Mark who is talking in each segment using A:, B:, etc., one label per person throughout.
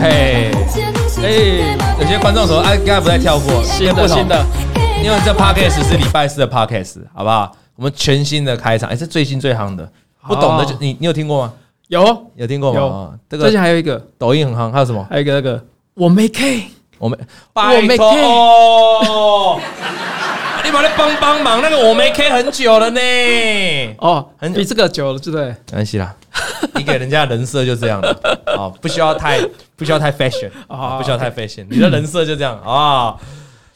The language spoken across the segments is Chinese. A: 嘿，
B: 所以哎有些观众说，哎，刚才不在跳过，
A: 新的
B: 过
A: 新的，
B: 因为这 podcast 是礼拜四的 podcast，好不好？我们全新的开场，哎，这最新最夯的，不懂的就
A: 好
B: 你，你有听过吗？
A: 有，
B: 有听过吗？
A: 有
B: 哦这
A: 最近
B: 个
A: 还有一个，
B: 抖音很夯，还有什么？
A: 还有一个那个我没 K，
B: 我们
A: 我没
B: 拜托
A: K
B: 哦， 你把来帮帮忙，那个我没 K 很久了呢，
A: 哦
B: 很，
A: 比这个久了，对不对？
B: 没关系啦，你给人家的人设就这样了啊，不需要太不需要太 fashion 啊，
A: 哦
B: 不需要太 fashion，你的人设就这样啊。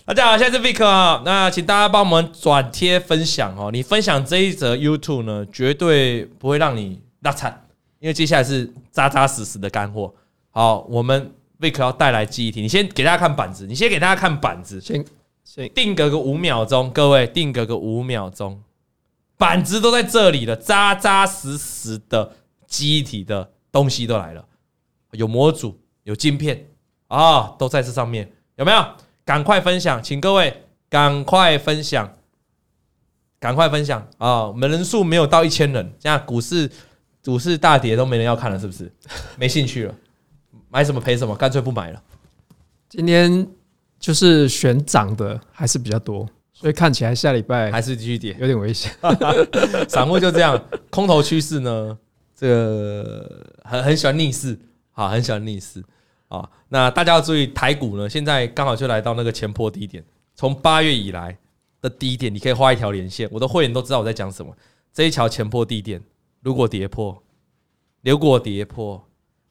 B: 大家好，现在是 Vic 啊，那请大家帮我们转贴分享哦，你分享这一则 YouTube 呢，绝对不会让你落惨，因为接下来是扎扎实实的干货。好，我们 Vic 要带来记忆体，你先给大家看板子，你先给大家看板子，
A: 先先
B: 定格个五秒钟，各位定格个五秒钟，板子都在这里了，扎扎实实的机体的东西都来了，有模组，有晶片啊、都在这上面，有没有？赶快分享，请各位赶快分享，赶快分享啊、我们人数没有到一千人，现在股市股市大跌都没人要看了，是不是？没兴趣了，买什么赔什么，干脆不买了。
A: 今天就是选涨的还是比较多，所以看起来下礼拜
B: 还是继续跌，
A: 有点危 险。
B: 散户就这样，空头趋势呢，这个很很喜欢逆势，啊，很喜欢逆势啊。那大家要注意，台股呢，现在刚好就来到那个前坡低点，从八月以来的低点，你可以画一条连线。我的会员都知道我在讲什么。这一条前坡低点，如果跌破，如果跌破，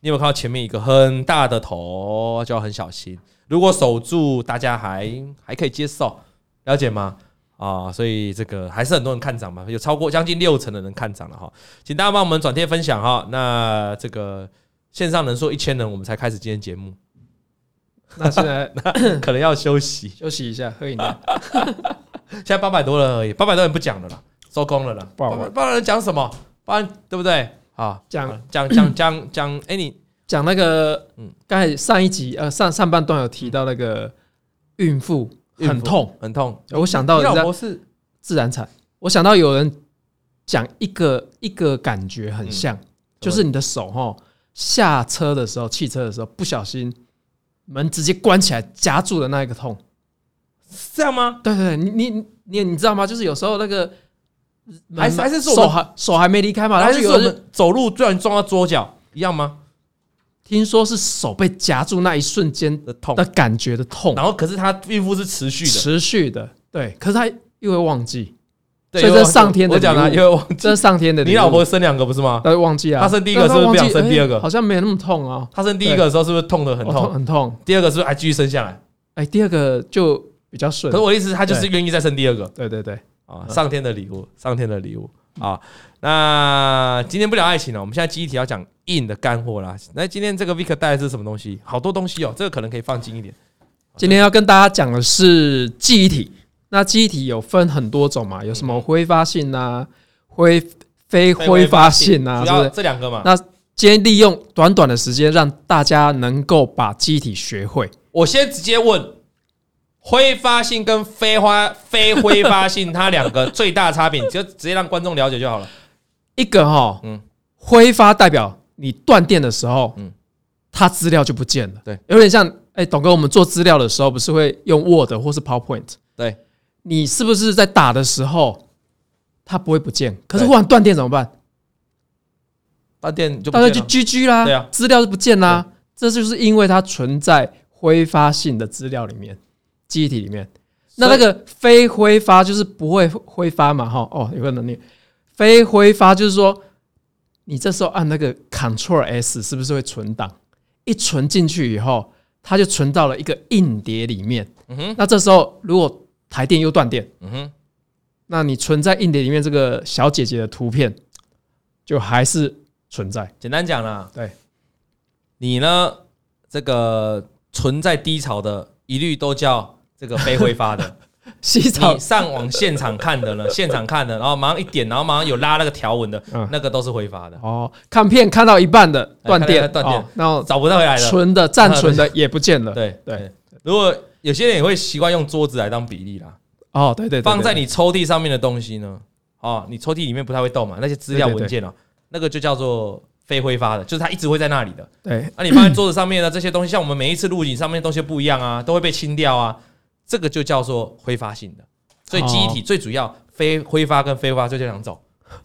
B: 你有没有看到前面一个很大的头，就要很小心。如果守住，大家还还可以接受，了解吗？啊，所以这个还是很多人看涨嘛，有超过将近六成的人看涨了哈，请大家帮我们转贴分享哈。那这个线上人数一千人，我们才开始今天节目，
A: 那现在
B: 可能要休息。
A: 休息一下，喝饮 料。
B: 现在八百多人而已，八百多人不讲了啦，收工了啦。
A: 不好
B: 八
A: 玩
B: 百八百人讲什么？八百对不对？啊，
A: 讲
B: 啊讲讲讲讲，哎、你
A: 讲那个，
B: 嗯
A: 刚才上一集呃上上半段有提到那个孕妇
B: 孕妇
A: 很痛，
B: 很痛。
A: 我想到
B: 你老
A: 人家
B: 婆是
A: 自然产，我想到有人讲一个一个感觉很像，
B: 嗯
A: 就是你的手哈下车的时候，汽车的时候不小心门直接关起来夹住的那一个痛。
B: 是这样吗？
A: 对对对，你你你你知道吗？就是有时候那个门
B: 还是还是是我们
A: 手还手还没离开嘛，然
B: 还
A: 后就是
B: 是
A: 有
B: 我
A: 人
B: 们走路突然撞到桌角一样吗？
A: 听说是手被夹住那一瞬间
B: 的痛
A: 的。感觉的痛，
B: 然后可是她孕妇是持续的，
A: 持续的，对。可是他又会忘记，
B: 对
A: 所以
B: 因为
A: 这是上天的
B: 我讲了，
A: 礼物
B: 因为我
A: 这是上天的礼物。
B: 你老婆生两个不是吗？
A: 她会忘记啊，
B: 她生第一个是不是
A: 但她忘记
B: 不想生第二个
A: 哎好像没有那么痛啊，
B: 她生第一个的时候是不是痛得很
A: 哦
B: 痛？
A: 很痛。
B: 第二个是不是还继续生下来？
A: 哎，第二个就比较顺
B: 可是。我的意思，是她就是愿意再生第二个
A: 对对对，
B: 啊，上天的礼物，上天的礼物啊。那今天不聊爱情了，我们现在第一题要讲硬的干货啦。那今天这个 Vic 带的是什么东西？好多东西哦，这个可能可以放近一点。
A: 今天要跟大家讲的是记忆体。那记忆体有分很多种嘛，有什
B: 嗯
A: 么挥发性啊，挥非挥发性啊，
B: 主
A: 是不
B: 要
A: 是？
B: 这两个嘛。
A: 那今天利用短短的时间，让大家能够把记忆体学会。
B: 我先直接问，挥发性跟非花非挥发性，它两个最大差别，你就直接让观众了解就好了。
A: 一个哈，
B: 嗯
A: 嗯，挥发代表你断电的时候，
B: 嗯
A: 嗯，它资料就不见了。
B: 对，
A: 有点像，哎、董哥，我们做资料的时候不是会用 Word 或是 PowerPoint？
B: 对，
A: 你是不是在打的时候它不会不见？可是
B: 对
A: 忽然断电怎么办？
B: 断电就不
A: 大家
B: 见
A: 就
B: 了。
A: GG 啦，
B: 对啊
A: 资料就不见啦。这就是因为它存在挥发性的资料里面，记忆体里面。那那个非挥发就是不会挥发嘛，哈，哦，有个能力，非挥发就是说，你这时候按那个 Control S 是不是会存档？一存进去以后，它就存到了一个硬碟里面。
B: 嗯哼，
A: 那这时候如果台电又断电，
B: 嗯哼，
A: 那你存在硬碟里面这个小姐姐的图片，就还是存在。
B: 简单讲啦，
A: 对，
B: 你呢，这个存在低潮的，一律都叫这个非挥发 的。
A: 洗澡
B: 你上网现场看的呢，现场看的，然后马上一点，然后马上有拉那个条纹的，
A: 嗯
B: 那个都是挥发的，
A: 哦，看片看到一半的
B: 哎
A: 断电
B: 看，到一半断电
A: 哦然后
B: 找不到回来了。
A: 存的暂存 的也不见了。
B: 对
A: 对，
B: 如果有些人也会习惯用桌子来当比例啦，
A: 哦，对对，对
B: 放在
A: 对
B: 你抽屉上面的东西呢，哦，你抽屉里面不太会动嘛，那些资料文件哦，那个就叫做非挥发的，就是它一直会在那里的。
A: 对，
B: 那、你放在桌子上面的这些东西，像我们每一次录影上面的东西不一样 啊，都会被清掉啊，这个就叫做挥发性的。所以记忆体最主要非挥发跟非挥发就这两种，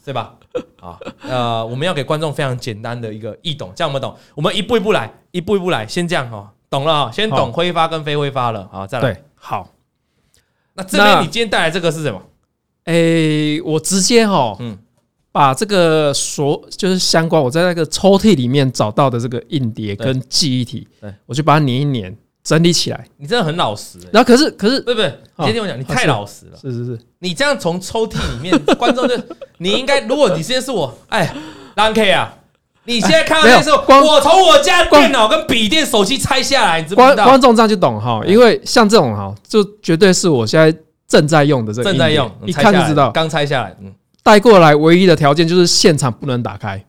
B: 对吧？啊，呃，我们要给观众非常简单的一个易懂，这样我们懂，我们一步一步来，一步一步来，先这样哦，懂了啊、先
A: 好
B: 懂挥发跟非挥发了啊，再来。
A: 对，好，
B: 那这边
A: 那
B: 你今天带来这个是什么？
A: 诶、我直接哈，
B: 嗯
A: 嗯，把这个所就是相关我在那个抽屉里面找到的这个硬碟
B: 对
A: 跟记忆体
B: 对，
A: 我就把它粘一粘，整理起来。
B: 你真的很老实、欸，
A: 然后可是可是
B: 不是不是，你
A: 好
B: 先听我讲，你太老实了。
A: 是是是，
B: 你这样从抽屉里面，观众就你应该，如果你现在是我，哎，Lan K 啊，你现在看到
A: 哎没有
B: 这是我
A: 光
B: 我从我家的
A: 光
B: 电脑跟笔电、手机拆下来，你知不
A: 观
B: 知道
A: 观？众这样就懂哈，因为像这种哈，就绝对是我现在正在用的这个
B: 正
A: 硬碟
B: 在用，
A: 一
B: 拆下
A: 看
B: 来
A: 就知道。
B: 刚拆下来，嗯，
A: 带过来唯一的条件就是现场不能打开，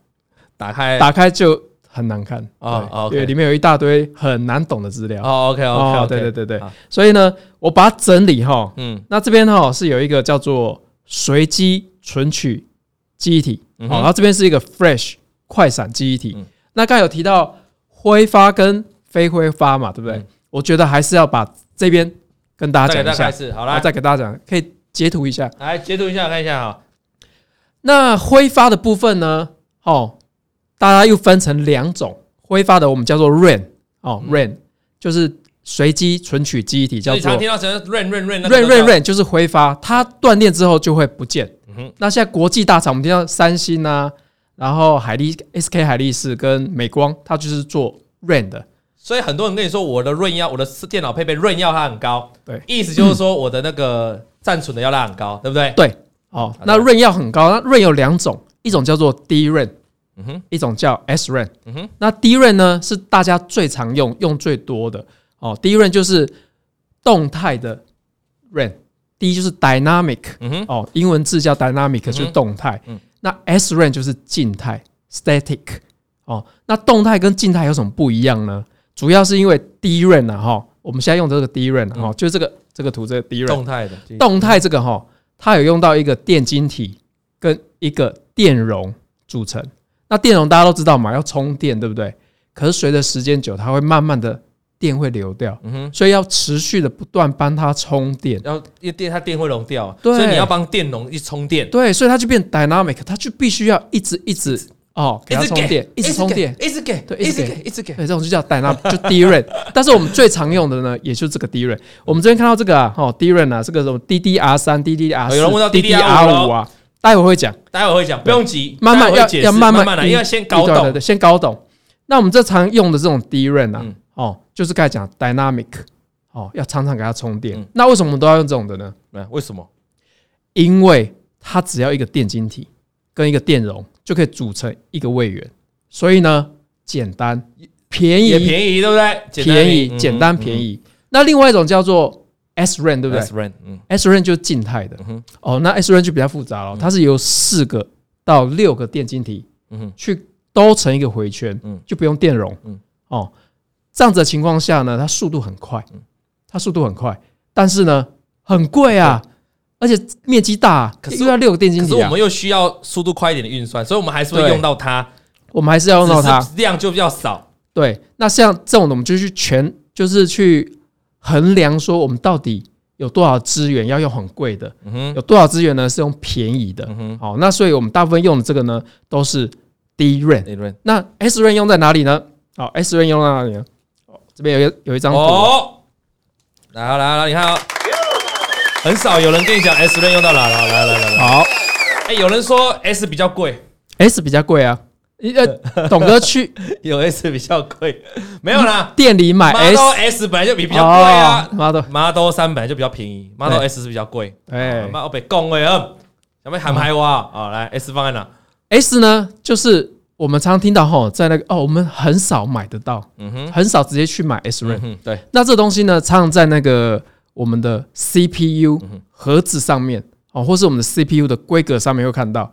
B: 打开，
A: 打开就很难看
B: 哎哦
A: 对
B: 哦，OK
A: 因为里面有一大堆很难懂的资料。
B: 哦，OK，OK，
A: 对对对对
B: 好，
A: 所以呢，我把它整理哈，
B: 嗯，
A: 那这边哈、是有一个叫做随机存取记忆体，好、
B: 嗯哼
A: 然后这边是一个 Flash 快闪记忆体。
B: 嗯
A: 那刚才有提到挥发跟非挥发嘛，对不对？
B: 嗯
A: 我觉得还是要把这边跟大
B: 再
A: 家
B: 给大
A: 讲
B: 家
A: 一下
B: 开，始，好
A: 我
B: 啦，
A: 再给大家讲，可以截图一下。
B: 来截图一下看一下啊，
A: 那挥发的部分呢，哦，大家又分成两种，挥发的我们叫做 RAN 哦、
B: 嗯
A: r a n 就是随机存取记忆体，叫
B: 你
A: 做
B: 常听到什么 rain rain rain 那个都
A: RAN
B: 叫
A: RAN RAN 就是挥发，它断裂之后就会不见。
B: 嗯哼
A: 那现在国际大厂，我们听到三星啊，然后海力 SK 海力士跟美光，它就是做 RAN 的，
B: 所以很多人跟你说我的润要我的电脑配备润要它很高，
A: 对
B: 意思就是说我的那个暂存的要拉很高，对不对？
A: 对，哦
B: 好的，
A: 那 RAN 要很高，那 RAN 有两种，一种叫做 D RAN，
B: 嗯哼，
A: 一种叫 S RAN，
B: 嗯哼，
A: 那 D RAN 呢是大家最常用、用最多的哦，D RAN 就是动态的 RAN，D 就是 dynamic
B: 嗯哼，
A: 哦，英文字叫 dynamic
B: 嗯哼
A: 就是动态，
B: 嗯
A: 那 S RAN 就是静态 static 哦。那动态跟静态有什么不一样呢？主要是因为 D RAN 啊哈，我们现在用的这个 D RAN
B: 嗯
A: 啊哈、就是这个这个图这个 D RAN
B: 动态的
A: 动态这个哈、它有用到一个电晶体跟一个电容组成。那电容大家都知道嘛，要充电对不对？可是随着时间久，它会慢慢的电会流掉，
B: 嗯哼，
A: 所以要持续的不断帮它充电。
B: 然后因为电它电会融掉，啊
A: 对
B: 所以你要帮电容一充电，
A: 对，所以它就变 dynamic，它就必须要一直一直哦，给它充电，一直充电。
B: 一直给，
A: 对
B: 一
A: 一
B: 直
A: 直
B: 给，
A: 给
B: 一直给
A: 对，。这种就叫 dynamic，就 DRAM。但是 我们最常用的呢，也就是这个 DRAM。我们这边看到这个啊，哦，DRAM 啊，这个什么 DDR 三、DDR 四、
B: 有人问到 DDR5
A: DDR 五啊，待会会讲，
B: 待会会讲，不用急，
A: 慢慢
B: 待会
A: 要
B: 解释
A: 要
B: 慢
A: 慢嗯
B: 来，因为先搞
A: 对对
B: 懂
A: 对，先搞懂。那我们这常用的这种 DRAM 啊
B: 嗯，
A: 哦，就是刚才讲 dynamic，哦，要常常给它充
B: 嗯
A: 电。那为什么我们都要用这种的呢？
B: 嗯为什么？
A: 因为它只要一个电晶体跟一个电容就可以组成一个位元，所以呢，简单、便宜、
B: 也便宜，对不对？简单嗯
A: 便宜、简单、便，宜。那另外一种叫做 S RAN，对
B: 对
A: 不对
B: 对？嗯
A: ？S RAN 就是静态的
B: 嗯哼
A: 哦，那 S RAN 就比较复杂了，它是由四个到六个电晶体
B: 嗯哼，
A: 去兜成一个回圈
B: 嗯，
A: 就不用电容
B: 嗯，
A: 哦。这样子的情况下呢，它速度很快
B: 嗯，
A: 它速度很快，但是呢，很贵啊，而且面积大啊，
B: 可是
A: 因为要六个电晶
B: 可是
A: 体
B: 我
A: 啊，
B: 们又需要速度快一点的运算，所以我们还是会
A: 对
B: 用到它，
A: 我们还是要用到
B: 只
A: 它。
B: 是量就比较少。
A: 对，那像这种的，我们就去全就是去衡量说，我们到底有多少资源要用很贵的，
B: 嗯哼，
A: 有多少资源呢是用便宜的。
B: 嗯哼，
A: 好，那所以我们大部分用的这个呢都是 D r a n
B: 理论
A: 那 S r a n 用在哪里呢？好，S r a n 用在哪里呢？哦这边有一有一张图，
B: 哦，来啊来啊来啊，你看啊，很少有人跟你讲 S 论用到哪了，来来来来，
A: 好
B: 哎，有人说 S 比较贵，
A: ，S 比较贵啊。 呃，董哥去
B: 有 S 比较贵， 没有啦
A: 店里买哎 S，哦
B: ，Model S 本来哎就比比较贵啊
A: 妈的，
B: ，Model 三本来就比较便宜，Model S 是比较贵。
A: 哎
B: 妈，我被讲了啊，有没有喊嗨我啊？
A: 嗯
B: 啊，来 S 放在哪？
A: ，S 呢就是我们常听到吼，在那个哦，我们很少买得到，
B: 嗯哼，
A: 很少直接去买 S r
B: 嗯
A: a n
B: 哼，对，
A: 那这东西呢，常常在那个我们的 CPU
B: 嗯
A: 盒子上面哦，或是我们的 CPU 的规格上面会看到。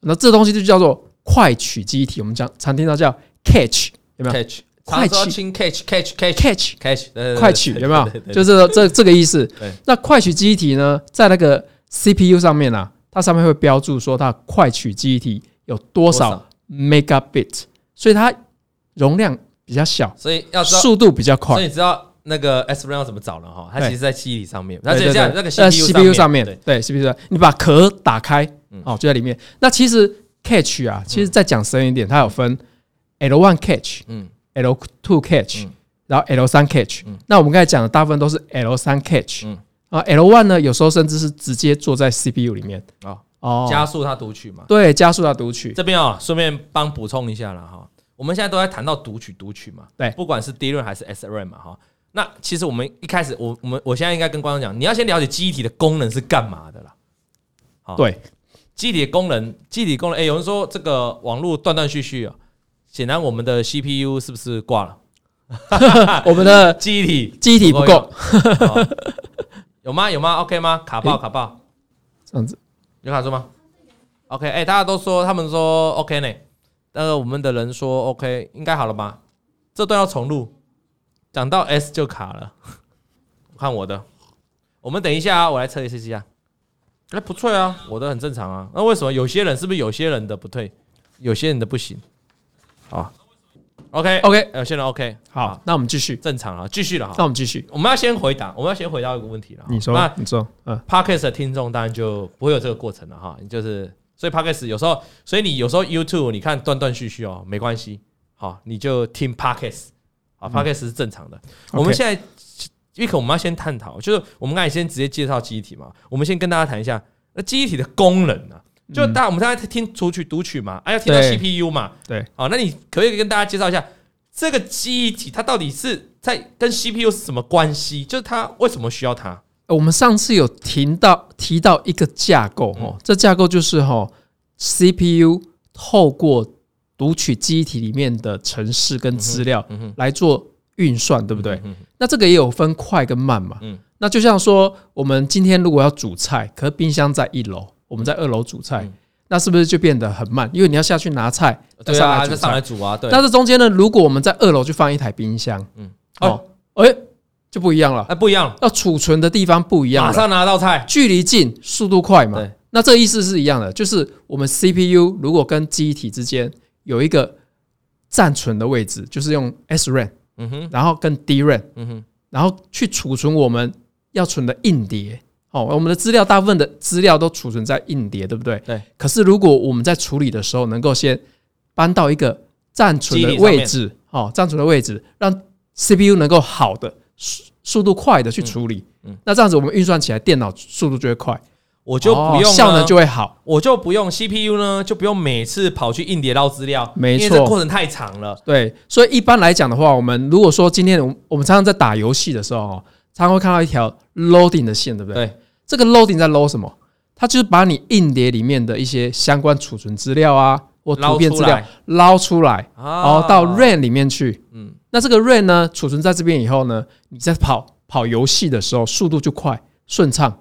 A: 那这东西就叫做快取记忆体，我们讲常听到叫 catch，有没有
B: catch，常说清 catch catch catch
A: ？catch
B: catch，对对对
A: 快取有没
B: 对对
A: 有？
B: 对
A: 就是这这这个意思
B: 对。
A: 那快取记忆体呢，在那个 CPU 上面啊，它上面会标注说它快取记忆体有
B: 多
A: 多少
B: 少
A: megabit，所以它容量比较小，
B: 所以要知道，
A: 速度比较
B: 所以
A: 快。
B: 你知道那个 S RAM 要怎么找了哈？它
A: 对
B: 其实在记忆体上面，它
A: 对
B: 只
A: 对
B: 有这样
A: 对
B: 那个
A: 呃
B: CPU
A: 上面，
B: 对
A: 对 CPU 上，你把壳打开
B: 嗯，
A: 哦，就在里面。那其实 catch 啊，其实再讲深一点，它有分 L one catch、
B: 嗯
A: L two catch，
B: 嗯
A: 然后 L 三 catch
B: 嗯。
A: 那我们刚才讲的大部分都是 L 三 catch
B: 嗯
A: 啊，L one 呢，有时候甚至是直接坐在 CPU 里面
B: 啊，
A: 哦，
B: 加速它读取嘛。
A: 对加速到读取，
B: 这边啊，顺便帮补充一下了哈。我们现在都在谈到读取读取嘛，
A: 对
B: 不管是 DRAM 还是 SRAM 嘛哈。那其实我们一开始，我我们我现在应该跟观众讲，你要先了解记忆体的功能是干嘛的啦。好
A: 对
B: 记忆体的功能，记忆体功能，哎、有人说这个网络断断续续啊，显然我们的 CPU 是不是挂了？
A: 我们的
B: 记忆体
A: 机体不够，
B: 哦用，好有吗？有吗？OK 吗？卡爆卡爆，
A: 这样子。
B: 有卡住吗？OK，哎、大家都说他们说 OK 呢，但是我们的人说 OK，应该好了吧？这段要重录，讲到 S 就卡了。 我看我的，我们等一下啊，我来测一试一下。哎、不退啊，我的很正常啊。那为什么有些人是不是有些人的不退，有些人的不行？好，OK，
A: OK，
B: 有些人 OK，
A: 好，那我们继续，
B: 正常啊，继续了哈
A: 那。我们继续。
B: 我们要先回答，我们要先回答一个问题了。
A: 你说
B: 那，
A: 你说，嗯，
B: podcast 的听众当然就不会有这个过程了哈，就是所以 podcast 有时候，所以你有时候 YouTube 你看断断续续哦，没关系，好，你就听 podcast，好，podcast 是正常的。我们
A: OK
B: 现在一可我们要先探讨，就是我们刚才先直接介绍记忆体嘛，我们先跟大家谈一下那记忆体的功能啊。就大家、我们大家听读取读取嘛，哎、啊、要听到
A: 对
B: CPU 嘛，
A: 对，
B: 好，那你可不可以跟大家介绍一下这个记忆体它到底是在跟 CPU 是什么关系？就是它为什么需要它？
A: 我们上次有提到提到一个架构
B: 嗯
A: 哦，这架构就是哈 CPU 透过读取记忆体里面的程式跟资料
B: 嗯哼，
A: 来做运算，对不对？
B: 嗯
A: 那这个也有分快跟慢嘛
B: 嗯。
A: 那就像说，我们今天如果要煮菜，可是冰箱在一楼，我们在二楼煮菜
B: 嗯，
A: 那是不是就变得很慢？因为你要下去拿菜，再
B: 对啊，
A: 上来
B: 就
A: 煮
B: 上来
A: 菜。
B: 煮啊，对。
A: 那这中间呢，如果我们在二楼就放一台冰箱，
B: 嗯，哦，
A: 哦，哎，就不一样了。
B: 哎，不一样了，
A: 要储存的地方不一样
B: 马
A: 了，
B: 上拿到菜，
A: 距离近，速度快嘛
B: 对。
A: 那这意思是一样的，就是我们 CPU 如果跟记忆体之间有一个暂存的位置，就是用 SRAM，
B: 嗯哼，
A: 然后跟 DRAM，
B: 嗯哼，
A: 然后去储存我们要存的硬碟。哦，我们的资料大部分的资料都储存在硬碟，对不对？
B: 对。
A: 可是如果我们在处理的时候能够先搬到一个暂存
B: 记忆
A: 的
B: 体上面
A: 位置，哦，暂存的位置，让 CPU 能够好的速速度快的去处理。
B: 嗯嗯
A: 那这样子我们运算起来，电脑速度就会快，
B: 我就不用
A: 哦效能
B: 呢
A: 就会好。
B: 我就不用 CPU 呢，就不用每次跑去硬碟捞资料，
A: 没
B: 因为
A: 错
B: 这过程太长了。
A: 对，所以一般来讲的话，我们如果说今天我们我们常常在打游戏的时候，哦，常常会看到一条 loading 的线，对不对？
B: 对，
A: 这个 loading 在 load 什么？它就是把你硬碟里面的一些相关储存资料啊，或
B: 捞
A: 图片
B: 出
A: 资料
B: 来
A: 捞出来，然
B: 啊
A: 后到 RAM 里面去。
B: 嗯，
A: 那这个 RAM 呢，储存在这边以后呢，你在跑跑游戏的时候，速度就快顺畅，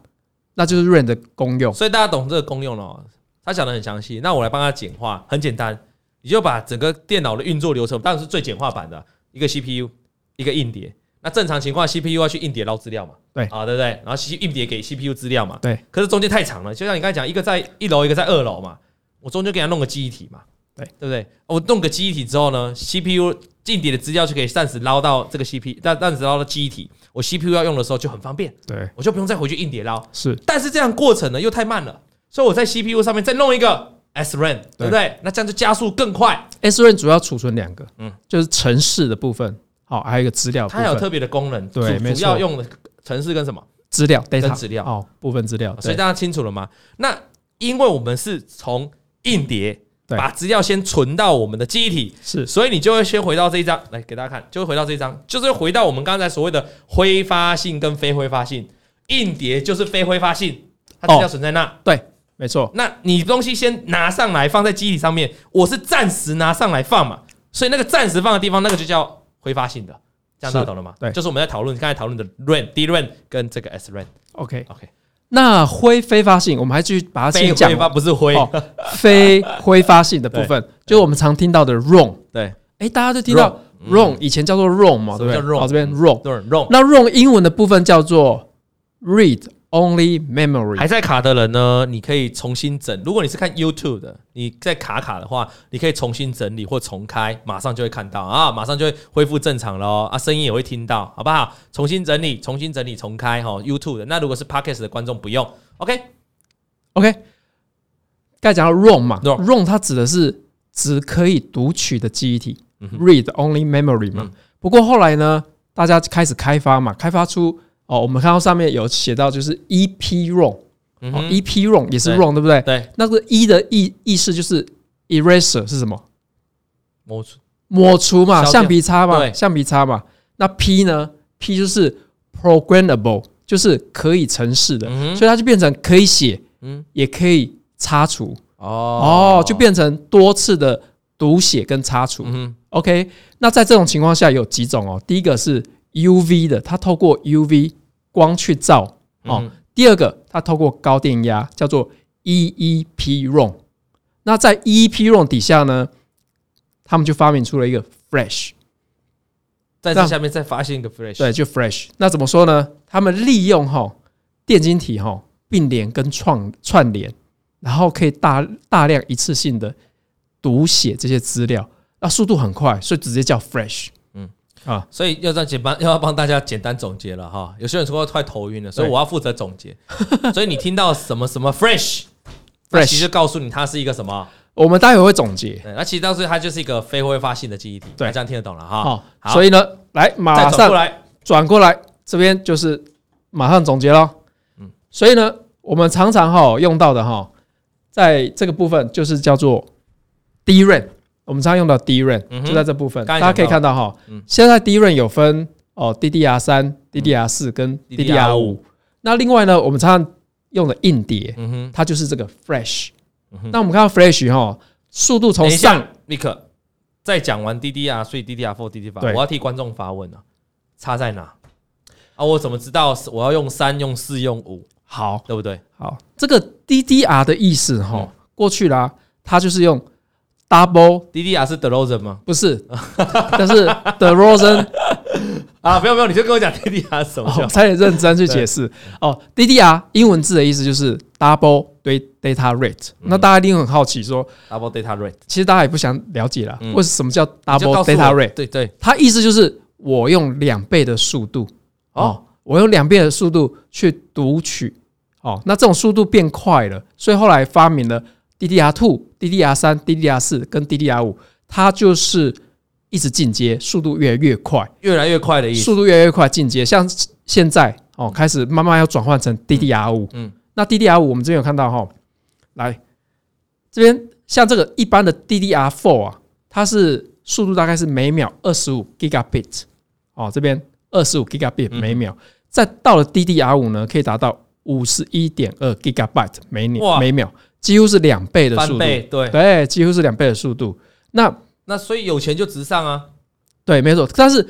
A: 那就是 RAM 的功用。
B: 所以大家懂这个功用了哦。他讲的很详细，那我来帮他简化，很简单，你就把整个电脑的运作流程，当然是最简化版的，一个 CPU，一个硬碟。那正常情况，CPU 要去硬碟捞资料嘛？
A: 对
B: 啊，对不对？然后 C 硬碟给 CPU 资料嘛？
A: 对。
B: 可是中间太长了，就像你刚才讲，一个在一楼，一个在二楼嘛，我中间给他弄个记忆体嘛，
A: 对
B: 对不对？我弄个记忆体之后呢，CPU 硬碟的资料就可以暂时捞到这个 CPU，暂暂时捞到记忆体，我 CPU 要用的时候就很方便，
A: 对，
B: 我就不用再回去硬碟捞。
A: 是
B: 但是这样过程呢又太慢了，所以我在 CPU 上面再弄一个 SRAM，对不对？那这样就加速更快。
A: SRAM 主要储存两个，
B: 嗯
A: 嗯，就是程式的部分，好、还有一个资料的部
B: 它还有
A: 分，
B: 特别的功能，
A: 对
B: 主
A: 没
B: 主
A: 错
B: 要用的程式跟什么？
A: 资料
B: 跟
A: data
B: 资料
A: 哦，部分资料，
B: 所以
A: 对
B: 大家清楚了吗？那因为我们是从硬碟
A: 对
B: 把资料先存到我们的记忆体，
A: 是
B: 所以你就会先回到这一张来给大家看，就会回到这一张，就是回到我们刚才所谓的挥发性跟非挥发性。硬碟就是非挥发性，它资料
A: 哦
B: 存在那。
A: 对，没错，
B: 那你东西先拿上来放在机体上面，我是暂时拿上来放嘛，所以那个暂时放的地方，那个就叫挥发性的，这样大家
A: 是
B: 懂了吗？
A: 对
B: 就是我们在讨论刚才讨论的 RAN、DRAN 跟这个 SRAN。
A: OK
B: OK，
A: 那挥挥发性，我们还继续把它
B: 非
A: 先讲
B: 挥发不是挥，
A: 哦，非挥发性的部 分，就是我们常听到的 ROM，
B: 对
A: 哎，大家都听到 ROM，以前叫做 ROM 嘛，
B: 嗯什么
A: 对
B: 叫嗯
A: 不对？
B: ROM？
A: 好，这边 ROM，
B: ，ROM，
A: 那 ROM 英文的部分叫做 Read only
B: 还
A: memory。
B: 在卡的人呢，你可以重新整。如果你是看 YouTube 的，你在卡卡的话，你可以重新整理或重开，马上就会看到啊，马上就会恢复正常喽啊，声音也会听到，好不好？重新整理，重新整理，重开哈、YouTube 的。那如果是 Podcast 的观众不用，OK，
A: OK，刚才讲到 ROM 嘛
B: ROM
A: ，ROM 它指的是只可以读取的记忆体
B: 嗯哼
A: ，read only memory 嘛
B: 嗯。
A: 不过后来呢，大家开始开发嘛，开发出哦，我们看到上面有写到就是 EP ROM，
B: 嗯
A: 哦
B: 哼，
A: ，EP ROM 也是
B: 对
A: ROM 对不对？
B: 对，
A: 那个一的意意思就是 eraser 是什么？
B: 摸出
A: 抹除嘛，
B: 消掉
A: 橡皮擦嘛，
B: 对
A: 橡皮擦嘛。那 P 呢？P 就是 programmable，就是可以程式的，
B: 嗯哼
A: 所以它就变成可以写，
B: 嗯，
A: 也可以擦除。
B: 哦
A: 哦，就变成多次的读写跟擦除。
B: 嗯哼
A: OK，那在这种情况下有几种哦？第一个是 UV 的，它透过 UV 光去照哦。
B: 嗯哼
A: 第二个，它透过高电压叫做 EEP ROM。那在 EEP ROM 底下呢，他们就发明出了一个 Flash，
B: 在这
A: 让
B: 下面再发现一个 Flash，
A: 对，就 Flash。那怎么说呢？他们利用哈电晶体哈并联跟串串联，然后可以大大量一次性的读写这些资料，那速度很快，所以直接叫 Flash。
B: 嗯
A: 嗯啊，
B: 所以要这样简单，要帮大家简单总结了哈。有些人说快头晕了，所以
A: 对
B: 我要负责总结。 所以你听到什么什么 fresh，那其实就告诉你它是一个什么。
A: 我们待会会总结。
B: 对，那其实到最后它就是一个非挥发性的记忆体。
A: 对
B: 那这样听得懂了哈。
A: 好，
B: 好
A: 所以呢，来
B: 再
A: 马
B: 转
A: 上
B: 过来，
A: 转过来，这边就是马上总结咯。
B: 嗯
A: 嗯，所以呢，我们常常哈用到的哈，在这个部分就是叫做 DRAM，我们常常用到 DRAM，、
B: 嗯哼
A: 就在这部分，
B: 刚才
A: 大
B: 讲到
A: 家可以看到哈，
B: 嗯
A: 现在 DRAM 有分哦 DDR 三、DDR 四
B: 嗯
A: 跟 DDR 五、那另外呢，我们常常用的硬碟，
B: 嗯哼，
A: 它就是这个 Flash、
B: 嗯哼
A: 那我们看到 Flash 哈，速度从
B: 等一下
A: 上
B: 立刻再讲完 DDR，所以 DDR four、DDR
A: 对
B: 我要替观众发问了，差在哪？啊，我怎么知道是我要用三、用四、用五，
A: 好，
B: 对不对？
A: 好，这个 DDR 的意思哈，
B: 嗯
A: 过去啦，它就是用 double
B: ？DDR 是 d e r o s e n 吗？
A: 不是， 但是 the Rosen，
B: 啊，不用不用，你就跟我讲 DDR 是什么就好
A: 哦，差点认真去解释哦。DDR 英文字的意思就是 double 对 data rate，、那
B: 嗯
A: 大家一定很好奇说，
B: double data rate，
A: 其实大家也不想了解啦，
B: 嗯
A: 为什么叫
B: 你就
A: double
B: 告诉我
A: data rate？
B: 对对，
A: 它意思就是我用两倍的速度
B: 哦
A: 哦，我用两倍的速度去读取哦，那这种速度变快了，所以后来发明了 DDR two、DDR 三、DDR 四跟 DDR 五，它就是一直进阶，速度越来越快，
B: 越来越快的意思。
A: 速度越来越快进阶，像现在哦，开始慢慢要转换成 DDR 五、
B: 嗯
A: 那 DDR 五我们这边有看到哈、哦来这边像这个一般的 DDR four 啊，它是速度大概是每秒二十五 gigabit 哦，这边二十五 gigabit
B: 嗯
A: 每秒，再到了 DDR 五呢，可以达到五十一点二 gigabyte 每秒
B: 哇
A: 每秒，几乎是两倍的速
B: 翻
A: 度，
B: 倍，对。
A: 对，几乎是两倍的速度。那
B: 那所以有钱就直上啊，
A: 对，没错，但是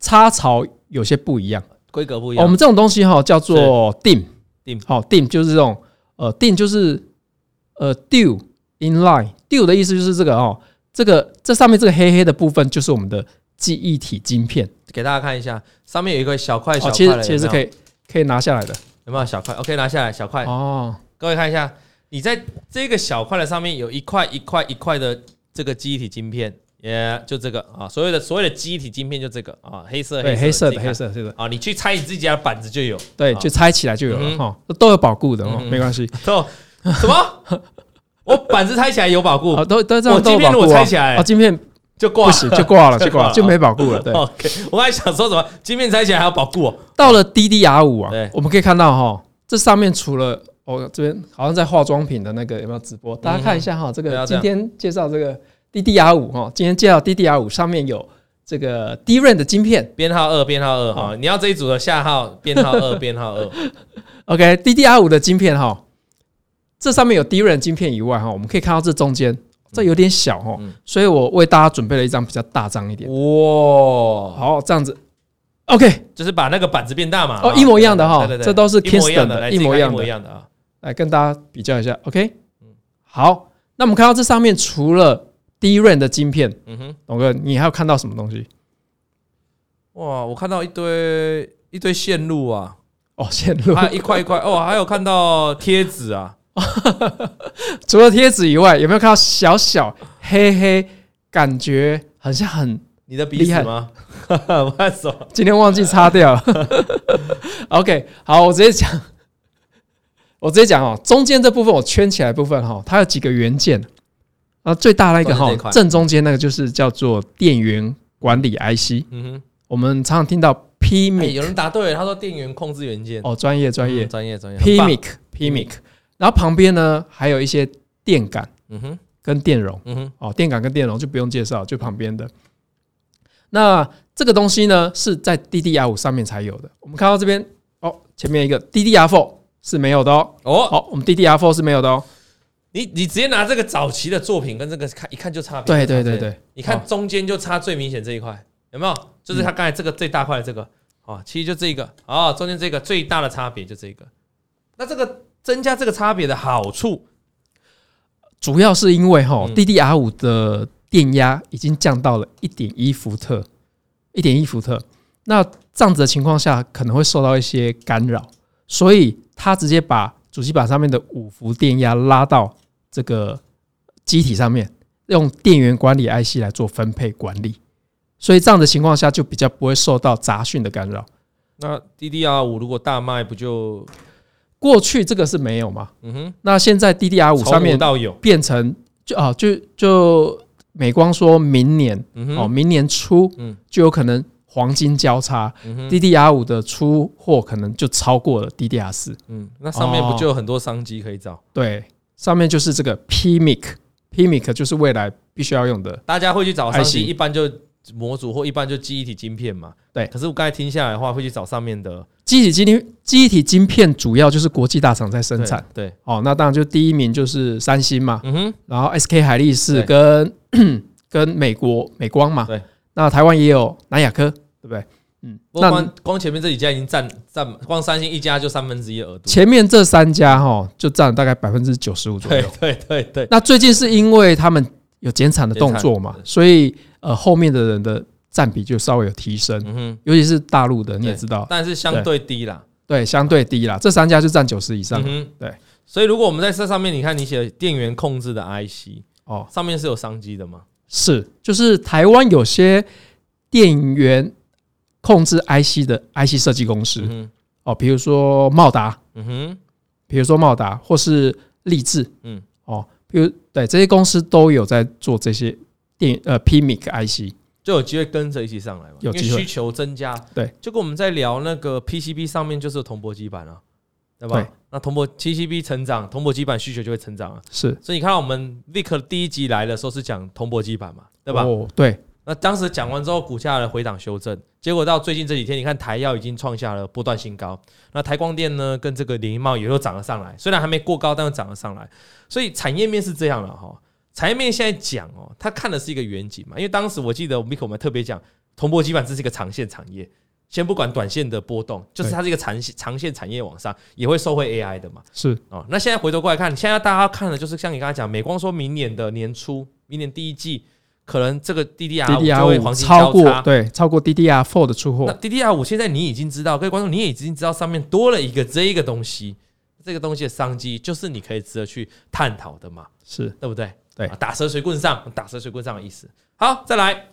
A: 插槽有些不一样。
B: 规格不一
A: 哦
B: 样。
A: 我们这种东西哈、叫做 dim
B: dim
A: 好、dim 就是这种呃 dim 就是呃 due inline due 的意思就是这个哦，这个这上面这个黑黑的部分就是我们的记忆体晶片
B: 给大家看一下，上面有一个小块小块
A: 哦，其
B: 的，
A: 实其实是
B: 有没
A: 可
B: 有
A: 以可以拿下来的
B: 有没有小块？OK，拿下来小块，
A: 哦，
B: 各位看一下，你在这个小块的上面有一块一块一块的这个记忆体晶片，耶，就这个啊，所谓的所谓的记忆体晶片就这个啊，黑色
A: 对，黑色
B: 自
A: 的
B: 己看
A: 黑色的黑色的，
B: 啊，你去拆你自己家的板子就有，
A: 对，
B: 啊
A: 就拆起来就有
B: 嗯
A: 了哈、都有保固的哦，
B: 嗯嗯
A: 没关系，
B: 哦，什么？我板子拆起来有保
A: 哦，
B: 护
A: 都都这样
B: 我
A: 都有
B: 晶片
A: 保
B: 如果
A: 固啊
B: 拆起来
A: 哦，晶片
B: 就挂
A: 不 行就挂了，
B: 就
A: 就
B: 挂
A: 挂
B: 了
A: 了，就没保固了，对。
B: OK，我还想说什么？晶片拆起来还要保护哦，
A: 到了 DDR 五啊
B: 对，
A: 我们可以看到哈，这上面除了哦这边好像在化妆品的那个有没有直播？大家看一下哈，这
B: 对
A: 个
B: 啊
A: 今天介绍这个 DDR 五哈，今天介绍 DDR 五上面有这个 DRAM 的晶片
B: 编号二，编号二哈，
A: 好
B: 你要这一组的下号编号二，编号 二。
A: ，OK，DDR 五的晶片哈，这上面有 DRAM 晶片以外哈，我们可以看到这中间这有点小哦
B: 嗯，
A: 所以我为大家准备了一张比较大张一点，
B: 哇，
A: 好这样子，OK，
B: 就是把那个板子变大嘛。
A: 哦
B: 啊
A: 一模一样的哈
B: 对对对
A: 这都是
B: 一模一样
A: Kingston 的
B: 来
A: 一模
B: 自己看
A: 一
B: 一
A: 样的
B: 模一样的啊。
A: 来跟大家比较一下，OK，好，
B: 嗯
A: 那我们看到这上面除了 DRAM 的晶片。
B: 嗯哼，
A: 董哥，你还有看到什么东西？
B: 哇，我看到一堆一堆线路啊，
A: 哦，线路。
B: 还有一块一块哦，还有看到贴纸啊，
A: 除了贴纸以外，有没有看到小小黑黑，感觉好像很
B: 你的鼻
A: 厉
B: 子
A: 害
B: 吗？ 我看什么？
A: 今天忘记擦掉了。OK，好，我直接讲，我直接讲哦，中间这部分我圈起来的部分哈、哦，它有几个元件啊，最大那个
B: 中
A: 哈、
B: 间这一块
A: 哦，正中间那个就是叫做电源管理 IC，
B: 嗯
A: 我们常常听到
B: 哼，哎
A: PMIC，、
B: 有人答对了，他说电源控制元件，
A: 哦，专业专业、
B: 嗯专业专业
A: p
B: 很
A: m i
B: 棒
A: c p m i c 然后旁边呢还有一些电感
B: 嗯哼，
A: 跟电容。
B: 嗯哼，
A: 哦，电感跟电容就不用介绍，就旁边的。那这个东西呢，是在 DDR 五上面才有的。我们看到这边哦，前面一个 DDR four 是没有的哦。
B: 哦，
A: 哦，我们 DDR four 是没有的哦。
B: 你你直接拿这个早期的作品跟这个看一看就差别，
A: 对对对
B: 差别，
A: 对，
B: 你看
A: 哦嗯
B: 中间就差最明显这一块，有没有？就是他刚才这个最大块的这个啊，其实就这一个啊，中间这个最大的差别就这个。那这个增加这个差别的好处，
A: 主要是因为哈、
B: 嗯
A: DDR 五的电压已经降到了一点一伏特，一点一伏特。那这样子的情况下，可能会受到一些干扰，所以它直接把主机板上面的五伏电压拉到这个机体上面，用电源管理 IC 来做分配管理。所以这样的情况下，就比较不会受到杂讯的干扰。
B: 那 DDR 五如果大卖，不就
A: 过去这个是没有嘛？
B: 嗯哼，
A: 那现在 DDR 五
B: 从
A: 上面
B: 到有，
A: 变成就啊，就就美光说明年
B: 嗯哼，
A: 哦，明年初
B: 嗯
A: 就有可能黄金交叉、
B: 嗯哼，
A: d d r 五的出货可能就超过了 DDR 四。
B: 嗯，那上面
A: 哦
B: 不就有很多商机可以找？
A: 对，上面就是这个 PMIC，PMIC 就是未来必须要用的。
B: 大家会去找商机，
A: IC
B: 一般就模组或一般就记忆体晶片嘛。
A: 对
B: 可是我刚才听下来的话，会去找上面的
A: 机体晶片，机体晶片主要就是国际大厂在生产。。
B: 对，对
A: 哦，那当然就第一名就是三星嘛，
B: 嗯哼，
A: 然后 SK 海力士跟 跟美国美光嘛。
B: 对。
A: 那台湾也有南亚科，对不对？嗯，
B: 不过光光前面这几家已经占占，光三星一家就三分之一的额度。
A: 前面这三家哈、哦，就占了大概百分之九十五左
B: 对
A: 右。
B: 对对对，
A: 那最近是因为他们有减产的动作嘛
B: 减，产
A: 所以呃后面的人的占比就稍微有提升，
B: 嗯哼，
A: 尤其是大陆的你也知道，
B: 但是相对低啦。
A: 对，相对低啦，这三家就占九十以上
B: 嗯哼，
A: 对。
B: 所以如果我们在这上面，你看你写的电源控制的 IC，
A: 哦，
B: 上面是有商机的嘛？
A: 是，就是台湾有些电源控制 IC 的 IC 设计公司、
B: 嗯哼，
A: 哦，比如说茂达，
B: 嗯哼，
A: 比如说茂达或是立志，
B: 嗯
A: 嗯，哦，比如对这些公司都有在做这些电呃 PMIC IC，
B: 就有机会跟着一起上来嘛，
A: 有
B: 因为
A: 机会
B: 需求增加。
A: 对，
B: 就跟我们在聊那个 PCB 上面就是有铜箔基板啊，对吧？
A: 对
B: 那铜箔 PCB 成长，铜箔基板需求就会成长啊。
A: 是
B: 所以你看到我们 Vic 第一集来的时候是讲铜箔基板嘛，对吧？
A: 哦，对，
B: 那当时讲完之后，股价的回档修正，结果到最近这几天，你看台药已经创下了波段新高，那台光电呢，跟这个联茂也都涨了上来，虽然还没过高，但又涨了上来，所以产业面是这样了哈。产业面现在讲哦，它看的是一个远景嘛，因为当时我记得 Miko 我们特别讲，铜箔基板这是一个长线产业，先不管短线的波动，就是它是一个长线长线产业往上，也会受惠 AI 的嘛。
A: 是
B: 哦，那现在回头过来看，现在大家看的就是像你刚才讲，美光说明年的年初，明年第一季可能这个 DDR 五就会
A: DDR
B: 黄
A: 五
B: 金
A: 超
B: 交
A: 过
B: 叉。
A: 对超过 DDR four 的出
B: 那
A: 货，
B: DDR 五现在你已经知道，各位观众你也已经知道上面多了一个这一个东西，这个东西的商机就是你可以值得去探讨的嘛，
A: 是
B: 对不对？
A: 对
B: 啊打蛇随棍上，打蛇随棍上的意思。好，再来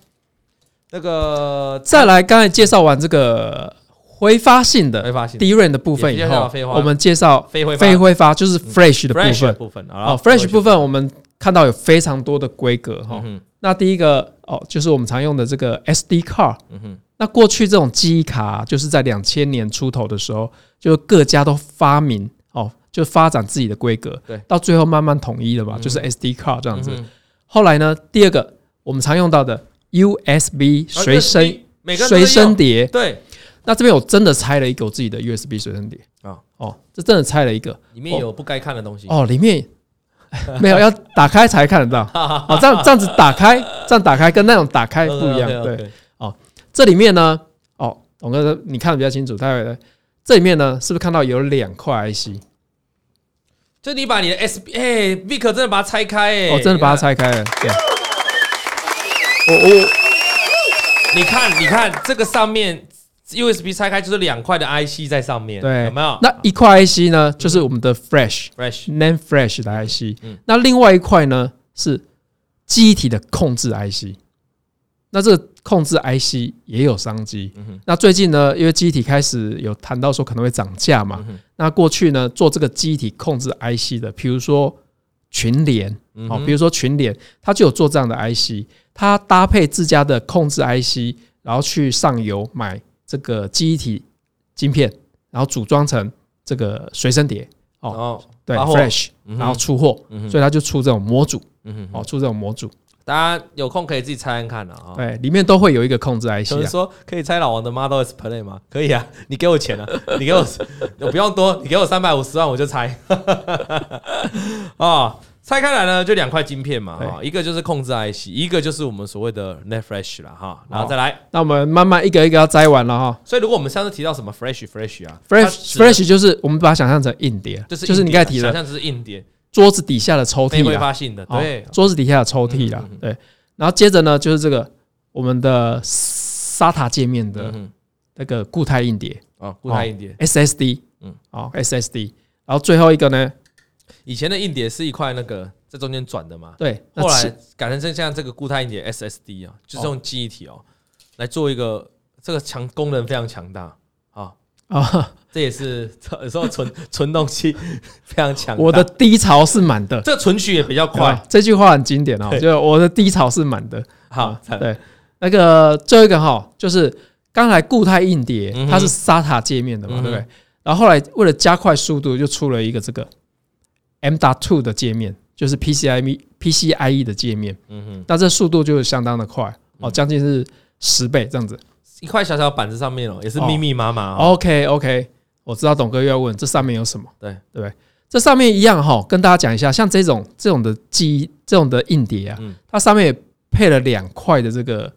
B: 那个
A: 再来，刚才介绍完这个挥发性
B: 会
A: 的
B: 发现
A: DRAM 的部分以
B: 也介绍
A: 后
B: 废，话
A: 我们介绍
B: 非会
A: 非挥发就是 Flash 的部
B: fresh
A: 分。
B: 部分啊
A: 哦，Flash 部分我们看到有非常多的规格哈
B: 嗯。哼
A: 那第一个哦，就是我们常用的这个 SD card。
B: 嗯哼
A: 那过去这种记忆卡啊、就是在两千年出头的时候，就各家都发明哦，就发展自己的规格。
B: 对
A: 到最后慢慢统一了嘛，
B: 嗯
A: 就是 SD card 这样子。
B: 嗯哼
A: 后来呢，第二个我们常用到的 USB 随
B: 啊
A: 身
B: 每个人都
A: 随身
B: 用
A: 碟，
B: 对
A: 那这边我真的拆了一个我自己的 USB 随身碟
B: 啊
A: 啊，哦，这真的拆了一个
B: 里面有不该看的东西。
A: 哦，里面 没有要打开才看得到，哦，这样这样子打开，这样打开跟那种打开不一 样，对，
B: 哦对，
A: 这里面呢，哦，董哥你看的比较清楚，待会这里面呢是不是看到有两块 IC？
B: 就你把你的 S B 哎，Vic 真的把它拆开哎，
A: 我哦真的把它拆开了，对，我我
B: 你看。你看，你看这个上面 USB 拆开就是两块的 IC 在上面，
A: 对
B: 有没有？
A: 那一块 IC 呢，就是我们的 Flash
B: Fresh
A: NAND Flash 的 IC，、
B: 嗯
A: 那另外一块呢是机体的控制 IC。那这个控制 IC 也有商机。
B: 嗯哼
A: 那最近呢，因为机体开始有谈到说可能会涨价嘛，
B: 嗯哼
A: 那过去呢做这个机体控制 IC 的，比如说群联，
B: 嗯
A: 哦
B: 哼，
A: 比如说群联，它就有做这样的 IC，它搭配自家的控制 IC，然后去上游买这个记忆体晶片，然后组装成这个随身碟，
B: 然后
A: 对
B: 发货
A: ，Flash，
B: 嗯哼
A: 然后出货，
B: 嗯哼
A: 所以它就出这种模组，
B: 嗯哼，
A: 哦，出这种模组，
B: 大家有空可以自己拆看看了啊。
A: 对，里面都会有一个控制 IC
B: 有人
A: 啊，
B: 说可以拆老王的 Model S Play 吗？可以啊，你给我钱啊，你给我，我不用多，你给我三百五十万我就拆。啊、拆开来呢就两块晶片嘛，
A: 对
B: 哈，一个就是控制 IC，一个就是我们所谓的 Net Flash 了哈，然后再来。
A: 那我们慢慢一个一个要摘完了哈。
B: 所以如果我们上次提到什么 Flash Flash 啊
A: Flash
B: 它指
A: Flash 就是我们把它想象成硬碟，
B: 的就是
A: 就是
B: 硬
A: 你
B: 碟啊
A: 刚才提
B: 想
A: 的
B: 象就是硬碟
A: 桌子底下的抽
B: 非
A: 屉
B: 挥
A: 啊，
B: 发性的，
A: 哦
B: 对，嗯
A: 桌子底下的抽屉啦，对。然后接着呢，就是这个我们的 SATA 界面
B: 嗯
A: 的
B: 哼，
A: 那个固态硬碟，
B: 哦，固态硬碟，
A: SSD，
B: 嗯
A: 嗯，哦 SSD。然后最后一个呢，
B: 以前的硬碟是一块那个在中间转的嘛，
A: 对，那
B: 后来
A: 是
B: 改成像像这个固态硬碟 SSD 啊，就是用记忆体哦，来做一个这个强功能非常强大啊，
A: 啊，
B: 这也是 有时候存存东西非常强大。
A: 我的低潮是满的，
B: 这个存取也比较
A: 对
B: 快
A: 啊吧，这句话很经典哦，
B: 对
A: 就是我的低潮是满 的。
B: 好，
A: 对，那个最后一个哈，就是刚才固态硬碟
B: 嗯哼
A: 它是 SATA 界面的嘛，
B: 嗯哼
A: 对不对？然后后来为了加快速度，就出了一个这个 M. dot two 的界面，就是 PCIe PCIe E 的界面，
B: 嗯哼，
A: 那这速度就相当的快哦，
B: 嗯
A: 将近是十倍这样子。
B: 一块小小板子上面哦，也是
A: 哦
B: 密密麻麻哦，
A: OK OK，我知道董哥又要问这上面有什么，
B: 对
A: 对不对？这上面一样哈，跟大家讲一下，像这种这种的记忆这种的硬碟啊，
B: 嗯
A: 它上面也配了两块的这个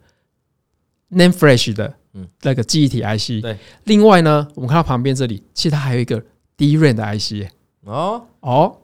A: NAND Flash 的
B: 嗯
A: 那个记忆体 IC。
B: 对，
A: 另外呢，我们看到旁边这里，其实它还有一个 DRAM 的 IC 耶
B: 哦，
A: 哦，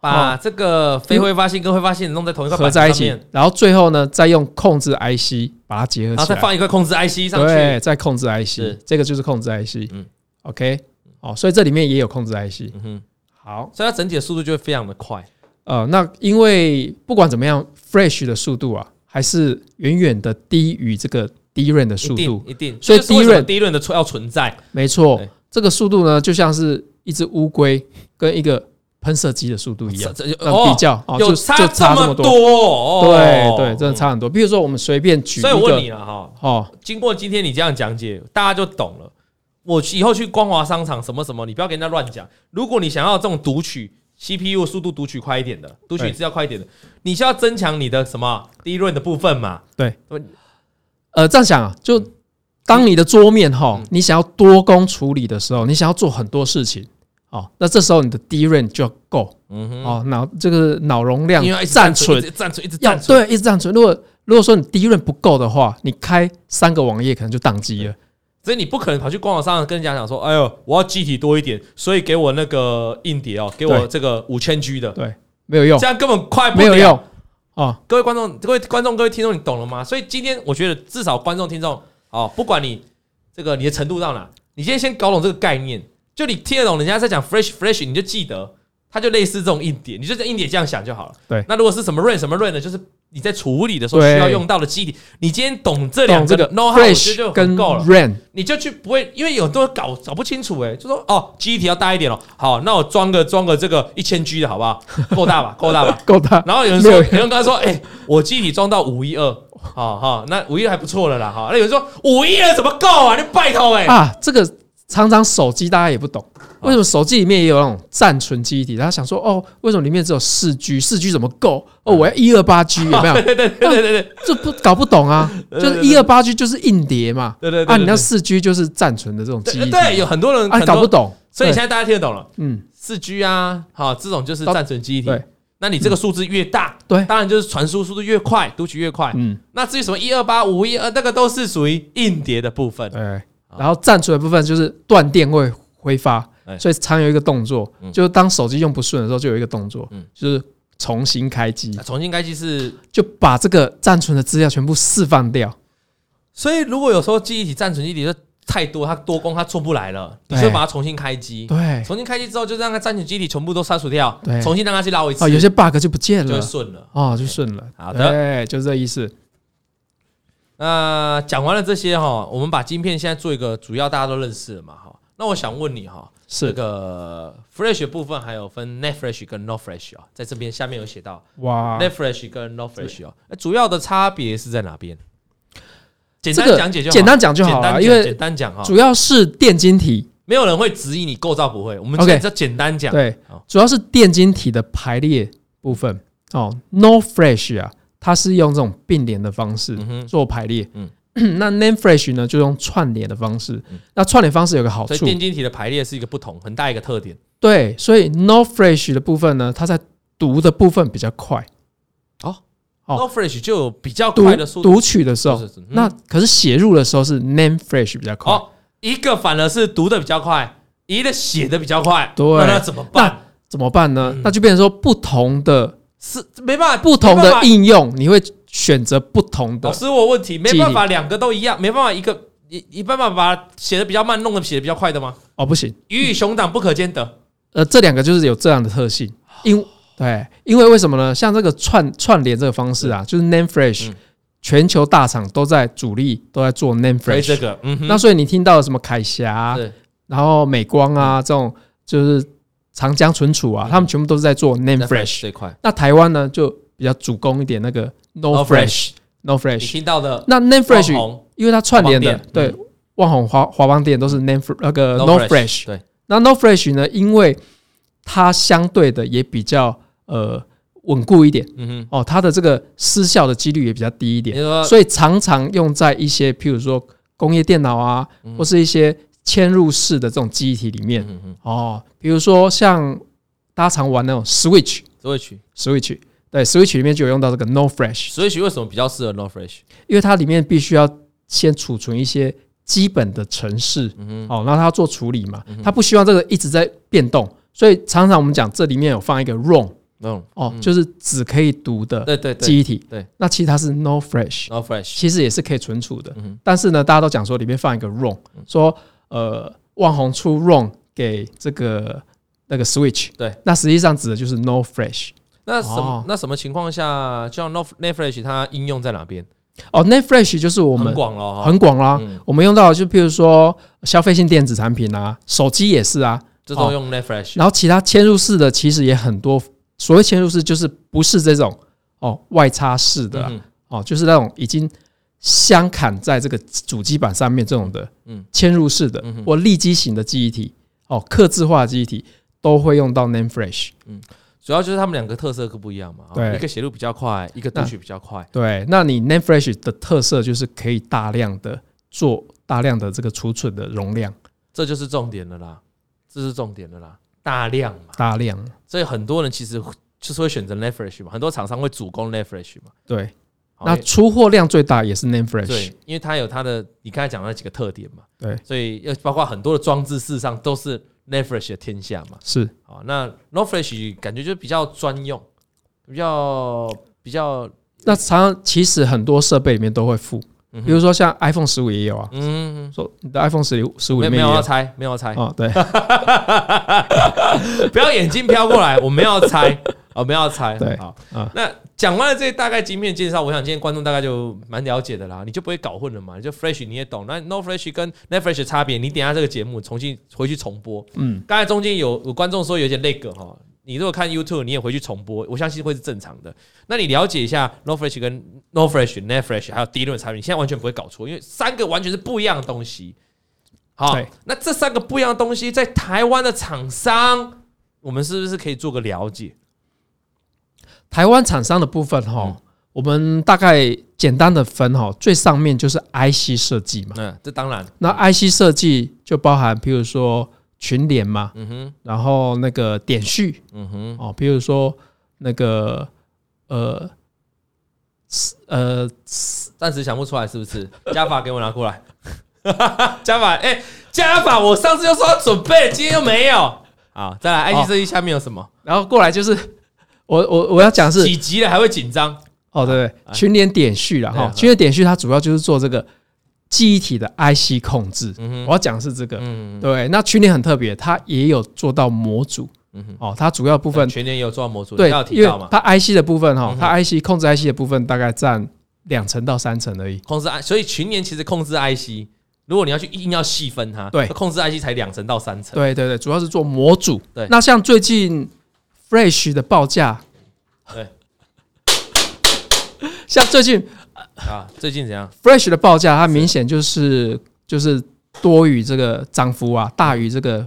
B: 把这个非挥发性跟挥发性弄在同一块
A: 合
B: 板子
A: 在
B: 上
A: 一起
B: 面，，嗯
A: 然后最后呢，再用控制 IC 把它结合
B: 然后
A: 起
B: 再
A: 来。
B: 放一块控制 IC 上去，
A: 对，在控制
B: 是
A: IC，这个就是控制 IC。
B: 嗯
A: 嗯，OK，哦，所以这里面也有控制 IC。
B: 嗯哼，
A: 好，
B: 所以它整体的速度就会非常的快。
A: 呃，那因为不管怎么样，Flash 的速度啊，还是远远的低于这个 DRAM 的速
B: 一定
A: 度。
B: 一定，
A: 所以
B: 这就是为什么
A: DRAM
B: 第一轮的存要存在，
A: 没错
B: 对，
A: 这个速度呢，就像是一只乌龟跟一个喷射机的速度一样，
B: 这这
A: 那比较哦，就
B: 有
A: 就
B: 差
A: 差
B: 么
A: 么
B: 多。哦，
A: 对对，真的
B: 嗯。
A: 差很多。比如说，我们随便举一
B: 所以我问
A: 个
B: 你了哈，
A: 哦，
B: 经过今天你这样讲解，大家就懂了。我去以后去光华商场什么什么，你不要跟人家乱讲。如果你想要这种读取 CPU 速度读取快一点的，读取
A: 对
B: 资料快一点的，你需要增强你的什么第一轮的部分嘛？
A: 对
B: 对，
A: 呃，这样想啊，就当你的桌面哈，
B: 嗯
A: 你想要多工处理的时候，你想要做很多事情哦，那这时候你的 DRAM 就要够
B: 嗯哼，
A: 哦，脑这个脑容量
B: 因为要一直
A: 暂
B: 一
A: 存
B: 直暂存，一直
A: 要
B: 暂存。
A: 对一直暂存。如果如果说你 DRAM 不够的话，你开三个网页可能就宕机了。
B: 所以你不可能跑去官网上跟人家讲说，哎呦，我要机体多一点，所以给我那个硬碟哦，给我
A: 对
B: 这个五千 G 的，
A: 对，没有用
B: 这，样根本快不
A: 没
B: 了。
A: 有用哦，
B: 各位观众、各位观众、各位听众，你懂了吗？所以今天我觉得至少观众、听众，哦，不管你这个你的程度到哪，你今天先搞懂这个概念，就你听得懂人家在讲 fresh fresh，你就记得，它就类似这种硬碟，你就在硬碟这样想就好了。
A: 对
B: 那如果是什么 rain 什么 rain 呢？就是你在处理的时候需
A: 对
B: 要用到的基底，你今天懂这两
A: 懂这个
B: know how，我觉得
A: Flash
B: 就
A: 跟
B: 很够了。
A: RAM
B: 你就去不会，因为有很多人搞搞不清楚哎、就说哦，机体要大一点哦，好，那我装个装个这个一千 G 的好不好？够大吧，够 大吧。
A: 够大。
B: 然后有人说，
A: 没
B: 有
A: 有
B: 人跟他说，哎、我机体装到五一二，好好，那五一还不错了啦，哈。那有人说五一二怎么够啊？你拜托哎、
A: 啊，这个常常手机大家也不懂，
B: 哦
A: 为什么手机里面也有那种暂存记忆体？他想说，哦，为什么里面只有四 G？四 G 怎么够？哦，
B: 嗯
A: 我要一二 八 G 有没有？
B: 对对对对对对
A: 这不搞不 懂啊，就是一二八 G 就是硬碟嘛，
B: 对对对
A: 啊，你那
B: 对
A: 四 G 就是暂存的这种记忆
B: 对
A: 体，
B: 对，有很多人
A: 啊，
B: 很
A: 搞
B: 多，
A: 不懂，
B: 所以
A: 对
B: 现在大家听得懂了，
A: 嗯，
B: 四 G 啊，好，这种就是暂存机体
A: 对。
B: 那你这个数字越大，
A: 对
B: 当然就是传输速度越快，读取越快。
A: 嗯，
B: 那至于什么一二八五一二，那个都是属于硬碟的部分。
A: 对，哎然后暂存的部分就是断电会挥发
B: 哎，
A: 所以常有一个动作，就是当手机用不顺的时候，就有一个动作
B: 嗯，
A: 就是重新开机
B: 那，重新开机是，
A: 就把这个暂存的资料全部释放掉。
B: 所以如果有时候记忆体暂存记忆体就太多，它多空它做不来了，你
A: 对
B: 就把它重新开机，
A: 对，
B: 重新开机之后就让它占取机体全部都删除掉
A: 对，
B: 重新让它去捞一次，
A: 哦，有些 bug 就不见
B: 就会
A: 了，
B: 顺了。
A: 哦，就顺了。
B: 好的
A: 对，就是这意思。
B: 那讲完了这些哈，我们把晶片现在做一个主要大家都认识了嘛哈。那我想问你哈，这
A: 是
B: 个 Flash 的部分还有分 Net Flash 跟 No Flash 啊，在这边下面有写到
A: 哇
B: Net Flash 跟 No Flash 哦，那主要的差别是在哪边？简
A: 这
B: 单
A: 个
B: 讲解就好，
A: 简单讲就好
B: 简单
A: 了，
B: 讲
A: 因为
B: 简单讲哈，
A: 主要是电晶体，
B: 没有人会质疑你构造不会，我们
A: OK
B: 这简单讲。
A: 对
B: 好，
A: 主要是电晶体的排列部分哦。No Flash 啊，它是用这种并联的方式
B: 嗯哼
A: 做排列。
B: 嗯
A: 那 Name Flash 呢，就用串联的方式。那串联方式有个好
B: 所以
A: 处，
B: 电晶体的排列是一个不同很大一个特点
A: 对，所以 No Flash 的部分呢，它在读的部分比较快，哦
B: No Flash 就有比较
A: 读
B: 快的速度。
A: 读取的时候，
B: 是是是嗯
A: 那可是写入的时候是 Name Flash 比较快。
B: 哦，一个反而是读的比较快，一个写的比较快，
A: 对
B: 那那怎么办？
A: 怎么办
B: 嗯
A: 呢？那就变成说不同的
B: 是没办法，
A: 不同
B: 没办
A: 的
B: 法哦
A: 应用，你会选择不同的
B: 老。师我有问题，没办法，两个都一样，没办法，一个一一办法把写的比较慢，弄得写的比较快的吗？
A: 哦，不行，
B: 鱼与熊掌不可兼得，
A: 呃，这两个就是有这样的特性，
B: 哦
A: 因对，因为为什么呢？像这个串串联这个方式啊，就是 Name Flash，、
B: 嗯
A: 全球大厂都在主力都在做 Name
B: 所以这
A: Flash。
B: 个，嗯哼，
A: 那所以你听到什么凯霞啊
B: 是，
A: 然后美光啊
B: 嗯
A: 这种，就是长江存储啊，他们全部都是在做 Name Flash。
B: 最快
A: 那台湾呢，就比较主攻一点那个 No Flash No
B: 你
A: Flash。
B: 听到的
A: 那 Name Flash
B: 红
A: 因为它串联
B: 华
A: 的
B: 邦，店嗯
A: 对，万宏华华邦店都是 Name Fr- 那个 No Flash。
B: 对，
A: 那 No Flash 呢，因为它相对的也比较呃稳固一点
B: 嗯哼，
A: 哦，它的这个失效的几率也比较低一
B: 你
A: 点，
B: 说
A: 所以常常用在一些譬如说工业电脑啊，或是一些嵌入式的这种记忆体里面
B: 嗯哼，
A: 哦，比如说像大家常玩那种 Switch。
B: Switch
A: Switch，对 Switch 里面就有用到这个 No Flash，
B: Switch 为什么比较适合 No Flash？
A: 因为它里面必须要先储存一些基本的程式，
B: 嗯
A: 哦，然后它要做处理嘛，它不希望这个一直在变动，所以常常我们讲这里面有放一个 ROM，
B: 哼，
A: 哦，就是只可以读的
B: 嗯对对对
A: 记忆体，
B: 对，
A: 那其实它是 No Flash，
B: ，No Flash，
A: 其实也是可以存储的，
B: 嗯
A: 但是呢，大家都讲说里面放一个 ROM，说呃，万红出 ROM 给这个那个 Switch，
B: 对，
A: 那实际上指的就是 No Flash。
B: 那什么
A: 哦
B: 那什么情况下，就像 No Net Flash 它应用在哪边？
A: 哦，Net Flash 就是我们
B: 很广了哈，
A: 很广哦啦、
B: 嗯
A: 我们用到的就譬如说消费性电子产品啊，手机也是啊，
B: 这都用 Net Flash。
A: 然后其他嵌入式的其实也很多。所谓嵌入式就是不是这种哦外插式的啊、
B: 嗯
A: 哦，就是那种已经相砍在这个主机板上面这种的，
B: 嗯
A: 嗯，嵌入式的、
B: 嗯哼
A: 或立基型的记忆体哦，刻字化的记忆体都会用到 Name Flash。
B: 主要就是他们两个特色可不一样嘛，啊
A: 对
B: 一个写入比较快，一个读取比较快。
A: 对，那你 Name Flash 的特色就是可以大量的做大量的这个储存的容量，
B: 这就是重点了啦，这是重点了啦，大量嘛，
A: 大量
B: 所以很多人其实就是会选择 Netfresh 嘛，很多厂商会主攻 Netfresh 嘛。
A: 对。
B: 好
A: 那
B: 因为
A: 出货量最大也是 Name Flash，
B: 哦对，因为它有它的你刚才讲的那几个特点嘛，
A: 对，
B: 所以要包括很多的装置，事实上都是 Netfresh 的天下嘛。
A: 是
B: 啊，那 Netfresh 感觉就比较专用，比较比较，
A: 那常常其实很多设备里面都会附，
B: 嗯哼
A: 比如说像 iPhone 十五也有啊，
B: 嗯，
A: 说你的 iPhone 十五十五
B: 没有没
A: 里面也
B: 有啊要
A: 有啊
B: 猜，没有要猜，
A: 哦，对，
B: 不要眼睛飘过 来，我们要猜，我们要猜。
A: 对
B: 好，
A: 啊
B: 那讲完了这大概晶片介绍，我想今天观众大概就蛮了解的啦，你就不会搞混了嘛。你就 Fresh 你也懂，那 No Fresh 跟 Net Fresh 的差别，你等一下这个节目重新回去重播。
A: 嗯，
B: 刚才中间有有观众说有点那个哈，你如果看 YouTube，你也回去重播，我相信会是正常的。那你了解一下 No Fresh 跟 No Fresh、Net Fresh 还有 D 论差别，你现在完全不会搞错，因为三个完全是不一样的东西。好
A: 对，
B: 那这三个不一样的东西，在台湾的厂商，我们是不是可以做个了解？
A: 台湾厂商的部分
B: 嗯
A: 哈，我们大概简单的分哈，最上面就是 IC 设计嘛，
B: 嗯，这当然。
A: 那 IC 设计就包含譬如说群联嘛，
B: 嗯哼，
A: 然后那个点序
B: 嗯哼，
A: 哦，譬如说那个呃是呃
B: 暂时想不出来是不是？加法给我拿过来。 加法，哎、加法，我上次就说要准备，今天又没有。好，再来
A: 好
B: ，IC 设计下面有什么？
A: 然后过来就是我我我要讲是
B: 几级了还会紧张？
A: 哦，对对，群联点序了
B: 啊对
A: 哈
B: 啊，
A: 群联点序它主要就是做这个记忆体的 IC 控制。
B: 嗯
A: 我要讲的是这个，
B: 嗯
A: 对。那群联很特别，它也有做到模组
B: 嗯哼，
A: 哦，它主要部分
B: 全年也有做到模组，
A: 对
B: 要，提
A: 因为
B: 到嘛，
A: 它 IC 的部分哈
B: 嗯哼，
A: 它 IC 控制 IC 的部分大概占两成到三成而已。
B: 控制 I，所以群联其实控制 IC，如果你要去硬要细分它，
A: 对
B: 控制 IC 才两层到三层，
A: 对对对，主要是做模组。
B: 对
A: 那像最近 Flash 的报价，
B: 对，
A: 像最近
B: 啊，最近怎样？
A: Flash 的报价，它明显就是就是多于这个涨幅啊，大于这个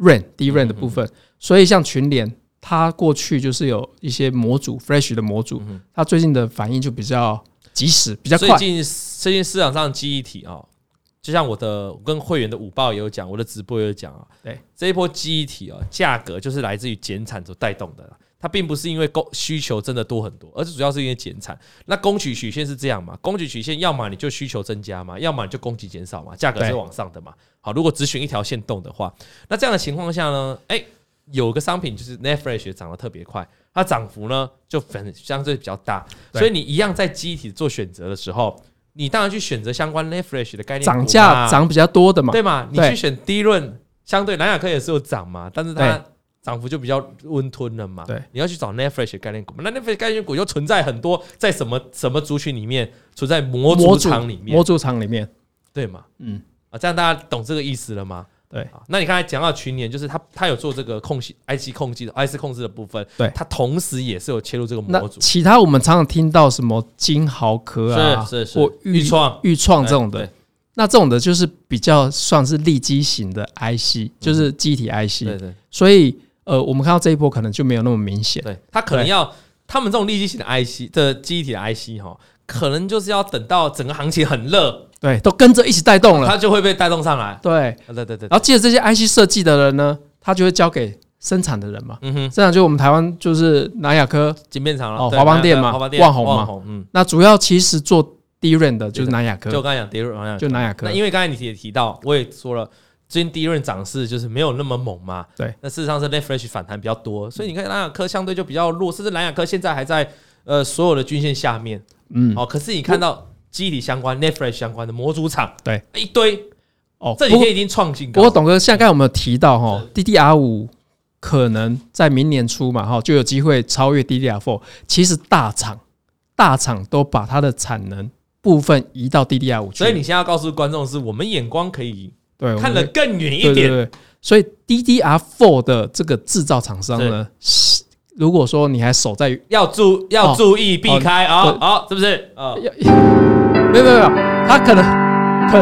A: Rain
B: 嗯
A: 低 Rain 的部分，所以像群联，它过去就是有一些模组 Flash 的模组，它最近的反应就比较及时，比较
B: 嗯最
A: 快。
B: 近最近市场上记忆体啊、哦，就像我的我跟会员的午报也有讲，我的直播也有讲啊、
A: 对，
B: 这一波记忆体啊、哦，价格就是来自于减产所带动的啦，它并不是因为供需求真的多很多，而是主要是因为减产。那供给曲线是这样嘛？供给曲线要么你就需求增加嘛，要么你就供给减少嘛，价格是
A: 对
B: 往上的嘛。好，如果只选一条线动的话，那这样的情况下呢，哎、有个商品就是 Netfresh 也涨得特别快，它涨幅呢就很相对比较大，
A: 对
B: 所以你一样在机体做选择的时候，你当然去选择相关 Netfresh 的概念股嘛
A: 涨价涨比较多的嘛，
B: 对嘛？你
A: 对
B: 去选低润，相对南亚科也是有涨嘛，但是它涨幅就比较温吞了嘛。
A: 对，
B: 你要去找 Netfresh 的概念股嘛，那 Netfresh 概念股又存在很多在什么什么族群里面，存在模组厂里面
A: 模，组厂里面，
B: 对嘛？
A: 嗯，
B: 啊，这样大家懂这个意思了吗？
A: 对
B: 好，啊那你刚才讲到群联，就是他他有做这个控系 IC 控制的 IC 控制的部分，
A: 对
B: 他同时也是有切入这个
A: 那
B: 模组，
A: 其他我们常常听到什么金豪科啊，
B: 是是
A: 或
B: 是，预创
A: 豫创这种
B: 哎
A: 的
B: 对，
A: 那这种的就是比较算是立基型的 IC，就是机体 IC，、
B: 嗯对对
A: 所以呃，我们看到这一波可能就没有那么明显。
B: 对，他可能
A: 对
B: 要他们这种立基型的 IC 的记忆体的 IC 哈，可能就是要等到整个行情很热，
A: 对，都跟着一起带动了。
B: 它就会被带动上来。
A: 对，
B: 啊对对对，
A: 然后接着这些 IC 设计的人呢，他就会交给生产的人嘛。
B: 嗯哼，
A: 生产就是我们台湾就是南亚科，
B: 晶片厂了，
A: 哦
B: 对
A: 华邦电嘛
B: 华邦电、
A: 旺宏嘛
B: 旺宏，嗯，
A: 那主要其实做低润的就是南亚
B: 就我
A: 科，
B: 刚才讲跌入好像
A: 就南亚科
B: 那。因为刚才你也提到，我也说了，最近第一轮涨势就是没有那么猛嘛。
A: 对，
B: 那事实上是 Netfresh 反弹比较多，所以你看蓝雅科相对就比较弱，甚至蓝雅科现在还在呃所有的均线下面。
A: 嗯，
B: 哦，可是你看到基底相关、Netfresh 相关的模组厂，
A: 对，
B: 一堆，
A: 哦，
B: 这
A: 不
B: 几
A: 过
B: 天已经创新
A: 不
B: 高。
A: 过董哥，现在刚才我们有提到哈，DDR 五可能在明年初嘛哈，就有机会超越 DDR four。其实大厂大厂都把它的产能部分移到 DDR 五去，
B: 所以你现在要告诉观众的是，我们眼光可以
A: 对
B: 看得更远
A: 对
B: 一
A: 对
B: 点。
A: 对，所以 DDR four 的这个制造厂商呢，是如果说你还守在
B: 要注要
A: 哦
B: 注意避
A: 哦
B: 开啊，
A: 对
B: 好，是不是？啊，
A: 要，没有没有没有，他可能可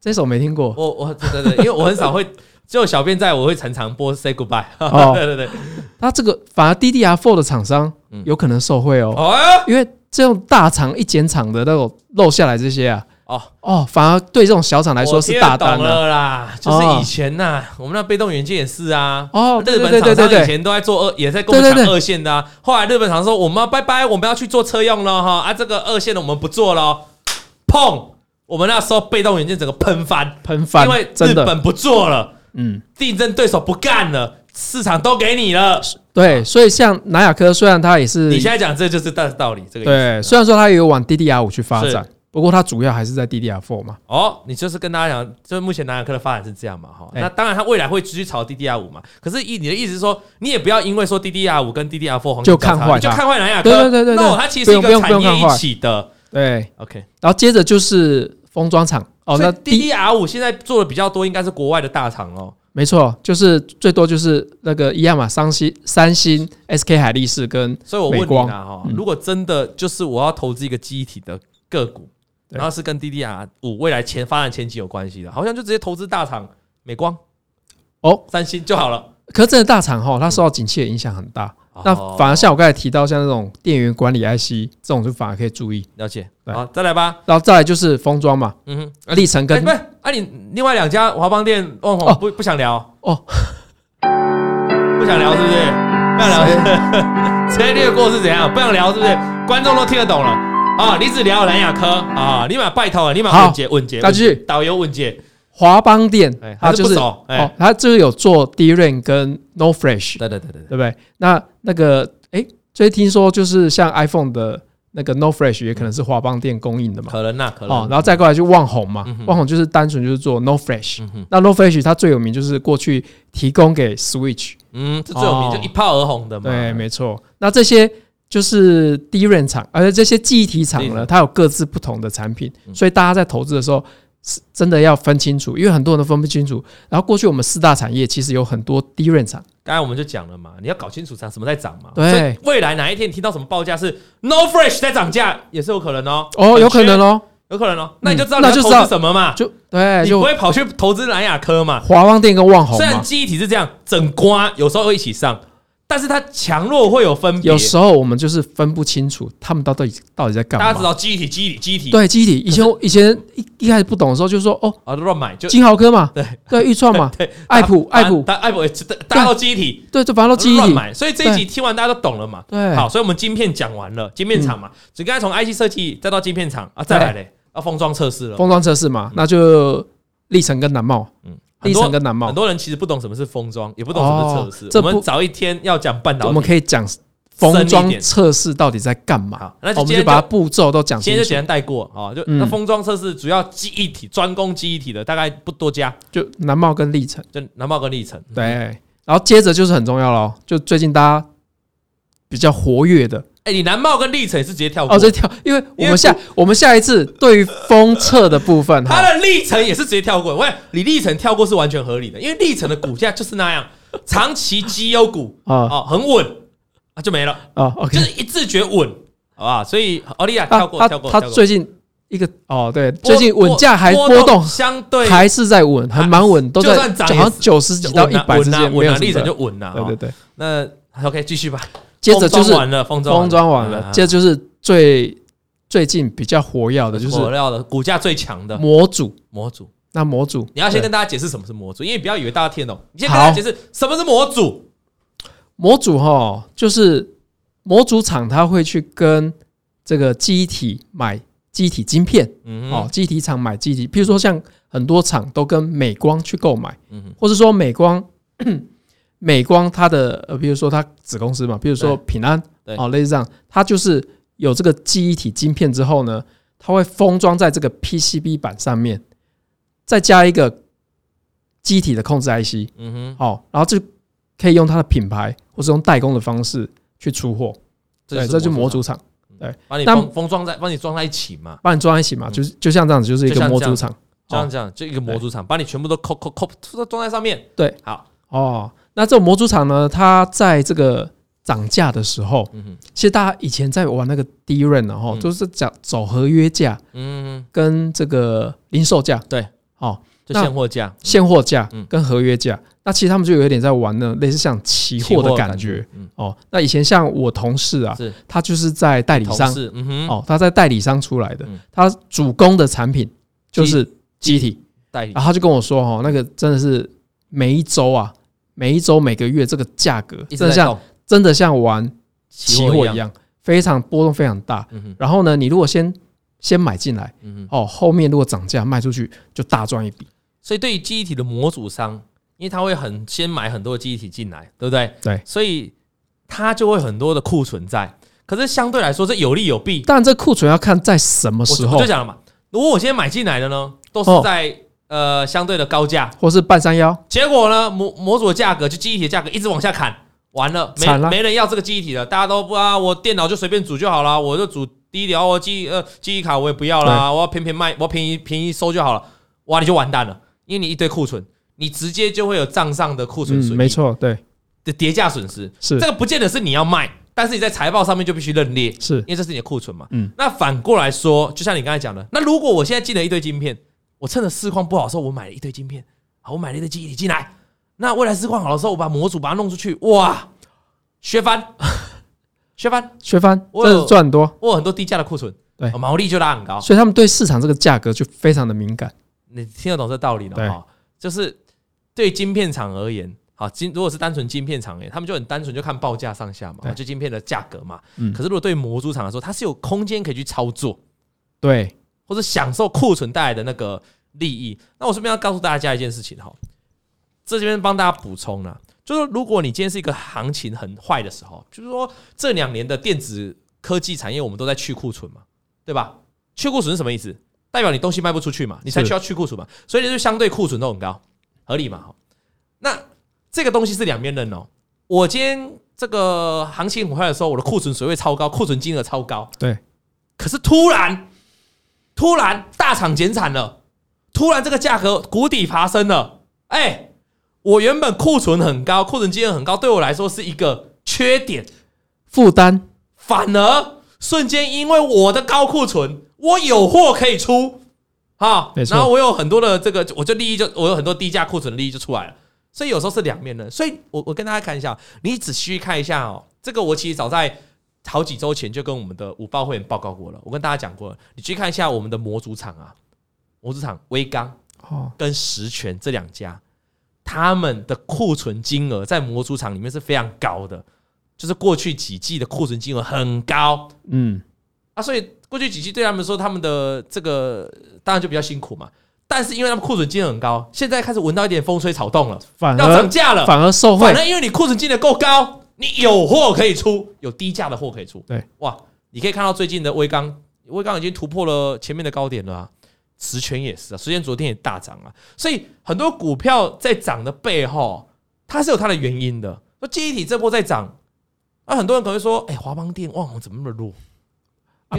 A: 这首没听过
B: 我我对对对，因为我很少会，只有小编在我会常常播 say goodbye。
A: 哦
B: 对对对，
A: 它这个反而 DDR four 的厂商
B: 嗯
A: 有可能受贿哦，
B: 哦
A: 因为这种大厂一减厂的那种漏下来这些啊，
B: 哦，
A: 哦，反而对这种小厂来说
B: 我
A: 是
B: 听得
A: 大单
B: 懂
A: 啊。
B: 了啦，就是以前呐、我们那被动元件也是啊。
A: 哦，对
B: 日
A: 对
B: 本
A: 对
B: 厂
A: 对
B: 商以
A: 对对，
B: 前都在做二，也在跟我们
A: 对对
B: 抢
A: 对
B: 二线的啊。后来日本厂商说我们要拜拜，我们要去做车用了哈啊，这个二线的我们不做了，砰！我们那时候被动元件整个喷翻，
A: 喷翻，
B: 因为日
A: 真的，
B: 本不做了，
A: 嗯，
B: 竞争对手不干了，市场都给你了。
A: 对，所以像南亚科虽然它也是
B: 你现在讲这就是大道理，这个意
A: 对，
B: 思。啊
A: 虽然说它也有往 DDR 五去发展
B: 是，
A: 不过它主要还是在 DDR four 嘛。
B: 哦，你就是跟大家讲，就是目前南亚科的发展是这样嘛，哈、
A: 哎
B: 那当然，它未来会继续朝 DDR 五嘛。可是以你的意思是说，你也不要因为说 DDR 五跟 DDR 4黄金
A: 就看
B: 交叉
A: 坏它
B: 你就看坏南亚科。
A: 对对对对对
B: no，它其实是一
A: 不
B: 个
A: 用不
B: 产
A: 用不
B: 业
A: 用
B: 一
A: 看坏
B: 起的。
A: 对，
B: OK，
A: 然后接着就是封装厂
B: 所
A: 哦，
B: 以
A: 那 D
B: DDR 五现在做的比较多，应该是国外的大厂哦。
A: 没错，就是最多就是那个一样嘛，三星、三星、SK 海力士跟
B: 所以我问
A: 美
B: 你
A: 光
B: 啦，哈、
A: 嗯
B: 如果真的就是我要投资一个记忆体的个股，
A: 对
B: 然后是跟 DDR 五未来前发展前景有关系的，好像就直接投资大厂美光、
A: 哦，
B: 三星就好了。
A: 可是真的大厂哈，它受到景气的影响很大。那
B: 哦
A: 反而像我刚才提到，像那种电源管理 IC 这种，就反而可以注意。
B: 了解，
A: 对
B: 好，再来吧。
A: 然后再来就是封装嘛，
B: 嗯哼。
A: 历程
B: 哎，
A: 跟
B: 不是，啊，你另外两家华邦店、旺
A: 哦
B: 宏不不想聊
A: 哦，
B: 不想聊是不是？不想 聊，直接略过是怎样？不想聊是不是？观众都听得懂了啊！你只聊蓝雅科啊，你买拜托了，你买
A: 好
B: 问姐问姐，
A: 那继续
B: 问姐导游问姐，
A: 华邦电
B: 哎，，
A: 它
B: 还是
A: 就
B: 不
A: 是
B: 熟哎
A: 哦，，它就是有做 DRAM 跟 No Flash，
B: 对对对对对，
A: 对不对？那那个，哎，最近听说就是像 iPhone 的那个 No Flash 也可能是华邦店供应的嘛。
B: 可能那啊可
A: 哦，
B: 能，
A: 然后再过来就旺宏嘛
B: 嗯，哼
A: 旺宏就是单纯就是做 No Flash，
B: 嗯哼
A: 那 No Flash 它最有名就是过去提供给 Switch，
B: 嗯，这最有名
A: 哦
B: 就一炮而红的嘛，
A: 对，没错。那这些就是低润厂，而且这些记忆体厂
B: 记忆
A: 呢，
B: 体
A: 它有各自不同的产品，
B: 嗯
A: 所以大家在投资的时候是真的要分清楚，因为很多人都分不清楚。然后过去我们四大产业其实有很多低润厂，
B: 刚才我们就讲了嘛，你要搞清楚涨什么在涨嘛。
A: 对
B: 所以未来哪一天你听到什么报价是 No Fresh 在涨价，也是有可能哦。
A: 哦，有可能
B: 哦，
A: 哦，
B: 有可能哦。那你就知道
A: 嗯
B: 你
A: 那
B: 要
A: 就知
B: 投
A: 道
B: 资什么嘛，
A: 就对，
B: 你
A: 就
B: 不会跑去投资蓝雅科嘛。
A: 华旺店跟旺宏
B: 虽然
A: 嘛，
B: 记忆体是这样，整瓜有时候会一起上，但是它强弱会有分别。
A: 有时候我们就是分不清楚他们到底到底在干
B: 大家知
A: 嘛。
B: 道记忆体、记忆体、记忆体，
A: 对，记忆体以前以前一一开始不懂的时候，就说哦，
B: 啊，乱买就
A: 金豪科嘛，
B: 对
A: 对，豫创嘛，
B: 对
A: 爱普爱普，
B: 但爱普也哎大家都记忆体，
A: 对，就反正都记忆
B: 乱
A: 体，
B: 买，所以这一集听完大家都懂了嘛。
A: 对，
B: 好，所以我们晶片讲完了，晶片厂嘛，所以刚才从 IC 设计再到晶片厂啊，再来嘞，要封装测试了。
A: 封装测试嘛，那就历程跟南茂，
B: 嗯，很
A: 历
B: 多
A: 程跟南茂
B: 很，多人其实不懂什么是封装，也不懂什么是测
A: 哦
B: 试。
A: 这
B: 我
A: 不
B: 们早一天要讲半
A: 我
B: 导
A: 们
B: 体，
A: 可以讲封
B: 深一
A: 装
B: 点
A: 测试到底在干嘛
B: 好。那
A: 我
B: 今
A: 们
B: 天
A: 就把它
B: 就
A: 步骤都讲
B: 今
A: 清
B: 天就
A: 楚
B: 简，单带过啊。就
A: 嗯
B: 那封装测试主要记忆体专攻记忆体的，大概不多加，
A: 就南茂跟历程。
B: 就南茂跟历程。
A: 对，然后接着就是很重要喽，就最近大家比较活跃的
B: 哎，你南茂跟历程也是直接跳过
A: 哦，，这条，因为我
B: 因为
A: 们下我们下一次对于封测的部分
B: 它
A: 哈，
B: 的历程也是直接跳过。喂，你历程跳过是完全合理的，因为历程的股价就是那样，长期绩优股
A: 啊
B: 哦，很稳啊，就没了。
A: 啊，OK，
B: 就是一自觉稳，好不好？所以奥利亚
A: 他
B: 跳过，
A: 他
B: 跳过，
A: 他
B: 跳过
A: 最近一个哦，对，
B: 波
A: 最近稳价还
B: 波
A: 波动，
B: 相对
A: 还是在稳，还蛮稳，都在
B: 就算涨也
A: 好
B: 是
A: 像九十几到一百之
B: 稳啊
A: 间，没
B: 稳
A: 有
B: 啊，
A: 什
B: 历
A: 么
B: 程就
A: 的。
B: 稳了。
A: 对对
B: 哦
A: 对，
B: 那 OK，继续吧。
A: 接着就
B: 封
A: 是
B: 装完了，啊封装
A: 封装完了，接着就是最最近比较活跃的呃就是
B: 火料的股价最强的
A: 模组。
B: 模组。
A: 那模组，
B: 你要先
A: 对
B: 跟大家解释什么是模组，因为你不要以为大家听得懂。你先跟大家解释什么是模组。
A: 模组哈，就是模组厂它会去跟这个机体买机体晶片
B: 嗯
A: 哦，，机体厂买机体，譬如说像很多厂都跟美光去购买。
B: 嗯哼，
A: 或是说美光，美光它的呃，比如说它子公司嘛，比如说平安，
B: 对
A: 哦，类似这样，它就是有这个记忆体晶片之后呢，它会封装在这个 PCB 板上面，再加一个机体的控制 IC，
B: 嗯哼，
A: 哦，然后这可以用它的品牌或是用代工的方式去出货，对，这就是模组厂，
B: 把你
A: 但
B: 封封装在，帮你装在一起嘛。
A: 把你装在一起嘛，就是就像这样子，就是一
B: 嗯就
A: 个
B: 像
A: 模
B: 这样
A: 组厂，
B: 这样这
A: 哦
B: 样，就一个模组厂，把你全部都扣扣扣都装在上面。
A: 对，
B: 好，
A: 哦，那这种模组厂呢，它在这个涨价的时候。
B: 嗯哼，
A: 其实大家以前在玩那个低润然后
B: 嗯
A: 就是讲走合约价
B: 嗯，
A: 跟这个零售价，
B: 对，
A: 哦，
B: 就
A: 那
B: 现货价，
A: 现货价
B: 嗯
A: 跟合约价，那其实他们就有一点在玩呢，类似像期货的感觉，
B: 嗯，
A: 哦。那以前像我同事啊，
B: 是
A: 他就是在代理
B: 同
A: 商
B: 事，嗯哼，
A: 哦，他在代理商出来的
B: 嗯，
A: 他主攻的产品就是机体，
B: 代理
A: 然后他就跟我说哦，那个真的是每一周啊，每一周每个月这个价格
B: 一
A: 真
B: 直
A: 的
B: 在
A: 像
B: 动
A: 真的像玩期货一
B: 样，
A: 样，非常波动非常大。
B: 嗯哼，
A: 然后呢，你如果先先买进来，
B: 嗯哼。
A: 哦，后面如果涨价卖出去就大赚一笔。
B: 所以对于记忆体的模组商，因为他会很先买很多的记忆体进来，对不对？
A: 对，
B: 所以他就会很多的库存在。可是相对来说，这有利有弊。
A: 当然，这库存要看在什么
B: 我
A: 时
B: 我
A: 候
B: 就，讲了嘛，如果我现在买进来的呢，都
A: 哦
B: 是在、呃相对的高价，
A: 或是半山腰，
B: 结果呢模模组的价格就记忆体的价格一直往下砍，完了没
A: 惨了
B: 没人要这个记忆体了，大家都不啊，我电脑就随便组就好了，我就组低调，我记忆呃记忆卡我也不要啦，我要偏偏卖，我要便宜便宜收就好了，哇，你就完蛋了，因为你一堆库存，你直接就会有账上的库存损
A: 嗯，
B: 益，
A: 没错，对，
B: 的叠加损失，
A: 是
B: 这个不见得是你要卖，但是你在财报上面就必须认列，
A: 是
B: 因为这是你的库存嘛。
A: 嗯
B: 那反过来说，就像你刚才讲的，那如果我现在进了一堆晶片，我趁着市况不好的时候，我买了一堆晶片，好，我买了一堆记忆体进来，那未来市况好的时候，我把模组把它弄出去，哇，削翻， 削翻，
A: 削翻，
B: 我有
A: 这是赚很多，
B: 我有很多低价的库存，
A: 对
B: 哦毛利就拉很高。
A: 所以他们对市场这个价格就非常的敏感。
B: 你听得懂这道理了
A: 对
B: 哈？就是对晶片厂而言，好，晶如果是单纯晶片厂而言，他们就很单纯就看报价上下嘛，
A: 对
B: 就晶片的价格嘛。
A: 嗯
B: 可是如果对模组厂来说，它是有空间可以去操作，
A: 对，
B: 或者享受库存带来的那个利益。那我顺便要告诉大家一件事情哈，这边帮大家补充啦，就是说如果你今天是一个行情很坏的时候，就是说这两年的电子科技产业，我们都在去库存嘛，对吧？去库存是什么意思？代表你东西卖不出去嘛，你才
A: 是
B: 需要去库存嘛，所以就相对库存都很高，合理嘛？哈，那这个东西是两面刃哦。我今天这个行情很坏的时候，我的库存水位超高，库存金额超高，
A: 对，
B: 可是突然突然大厂减产了，突然这个价格谷底爬升了，哎、我原本库存很高，库存金额很高，对我来说是一个缺点，
A: 负担
B: 反而瞬间因为我的高库存，我有货可以出，啊
A: 没，错
B: 然后我有很多的这个，我就利益就我有很多低价库存的利益就出来了，所以有时候是两面的，所以我我跟大家看一下，你仔细看一下哦，这个我其实早在。好几周前就跟我们的五报会员报告过了，我跟大家讲过了，你去看一下我们的模组厂啊，模组厂微刚，
A: 哦，
B: 跟实权这两家，他们的库存金额在模组厂里面是非常高的，就是过去几季的库存金额很高
A: 嗯，
B: 啊，所以过去几季对他们说，他们的这个当然就比较辛苦嘛。但是因为他们库存金额很高，现在开始闻到一点风吹草动了，
A: 反
B: 要涨
A: 而
B: 价了。
A: 反而受惠
B: 反，正因为你库存金额够高，你有货可以出，有低价的货可以出。
A: 对，
B: 哇，你可以看到最近的微刚，微刚已经突破了前面的高点了、啊，实权也是啊，实权昨天也大涨啊，所以很多股票在涨的背后，它是有它的原因的。说记忆体这波在涨，那、很多人可能会说，哎、华邦电、旺宏怎么那么弱？
A: 啊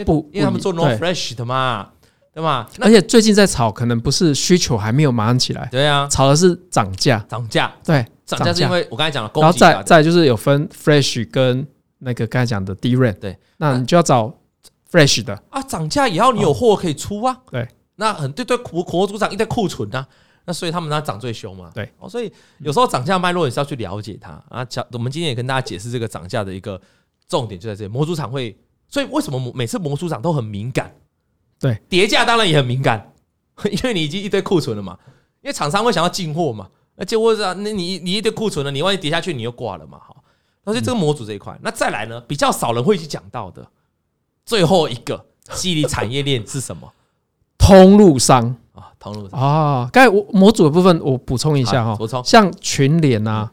B: 因为
A: 不，
B: 因为他们
A: 不
B: 做 No
A: 对
B: Fresh 的嘛，对吗？那
A: 而且最近在炒，可能不是需求还没有马上起来，
B: 对啊，
A: 炒的是涨价，
B: 涨价，
A: 对，
B: 涨价是因为我刚才讲了，供
A: 然后
B: 给大
A: 再再就是有分 Flash 跟那个刚才讲的 DRAM，
B: 对，
A: 那你就要找 Flash 的，
B: 啊，涨价也要你有货可以出啊。
A: 对，
B: 那很对对，国国主涨一堆库存啊，那所以他们那涨最凶嘛。
A: 对，
B: 哦，所以有时候涨价脉络也是要去了解它啊。讲我们今天也跟大家解释这个涨价的一个重点就在这里，模组厂会，所以为什么模每次模组厂都很敏感？
A: 对，
B: 叠价当然也很敏感， 因为你已经一堆库存了嘛，因为厂商会想要进货嘛。那结果是啊，那你你一堆库存了，你万一跌下去，你又挂了嘛，哈。那所以这个模组这一块，那再来呢，比较少人会去讲到的，最后一个记忆力产业链是什么
A: 通路商
B: 啊？唐路上
A: 啊，刚才我模组的部分我补充一下
B: 好
A: 哈
B: 补充，
A: 像群联啊，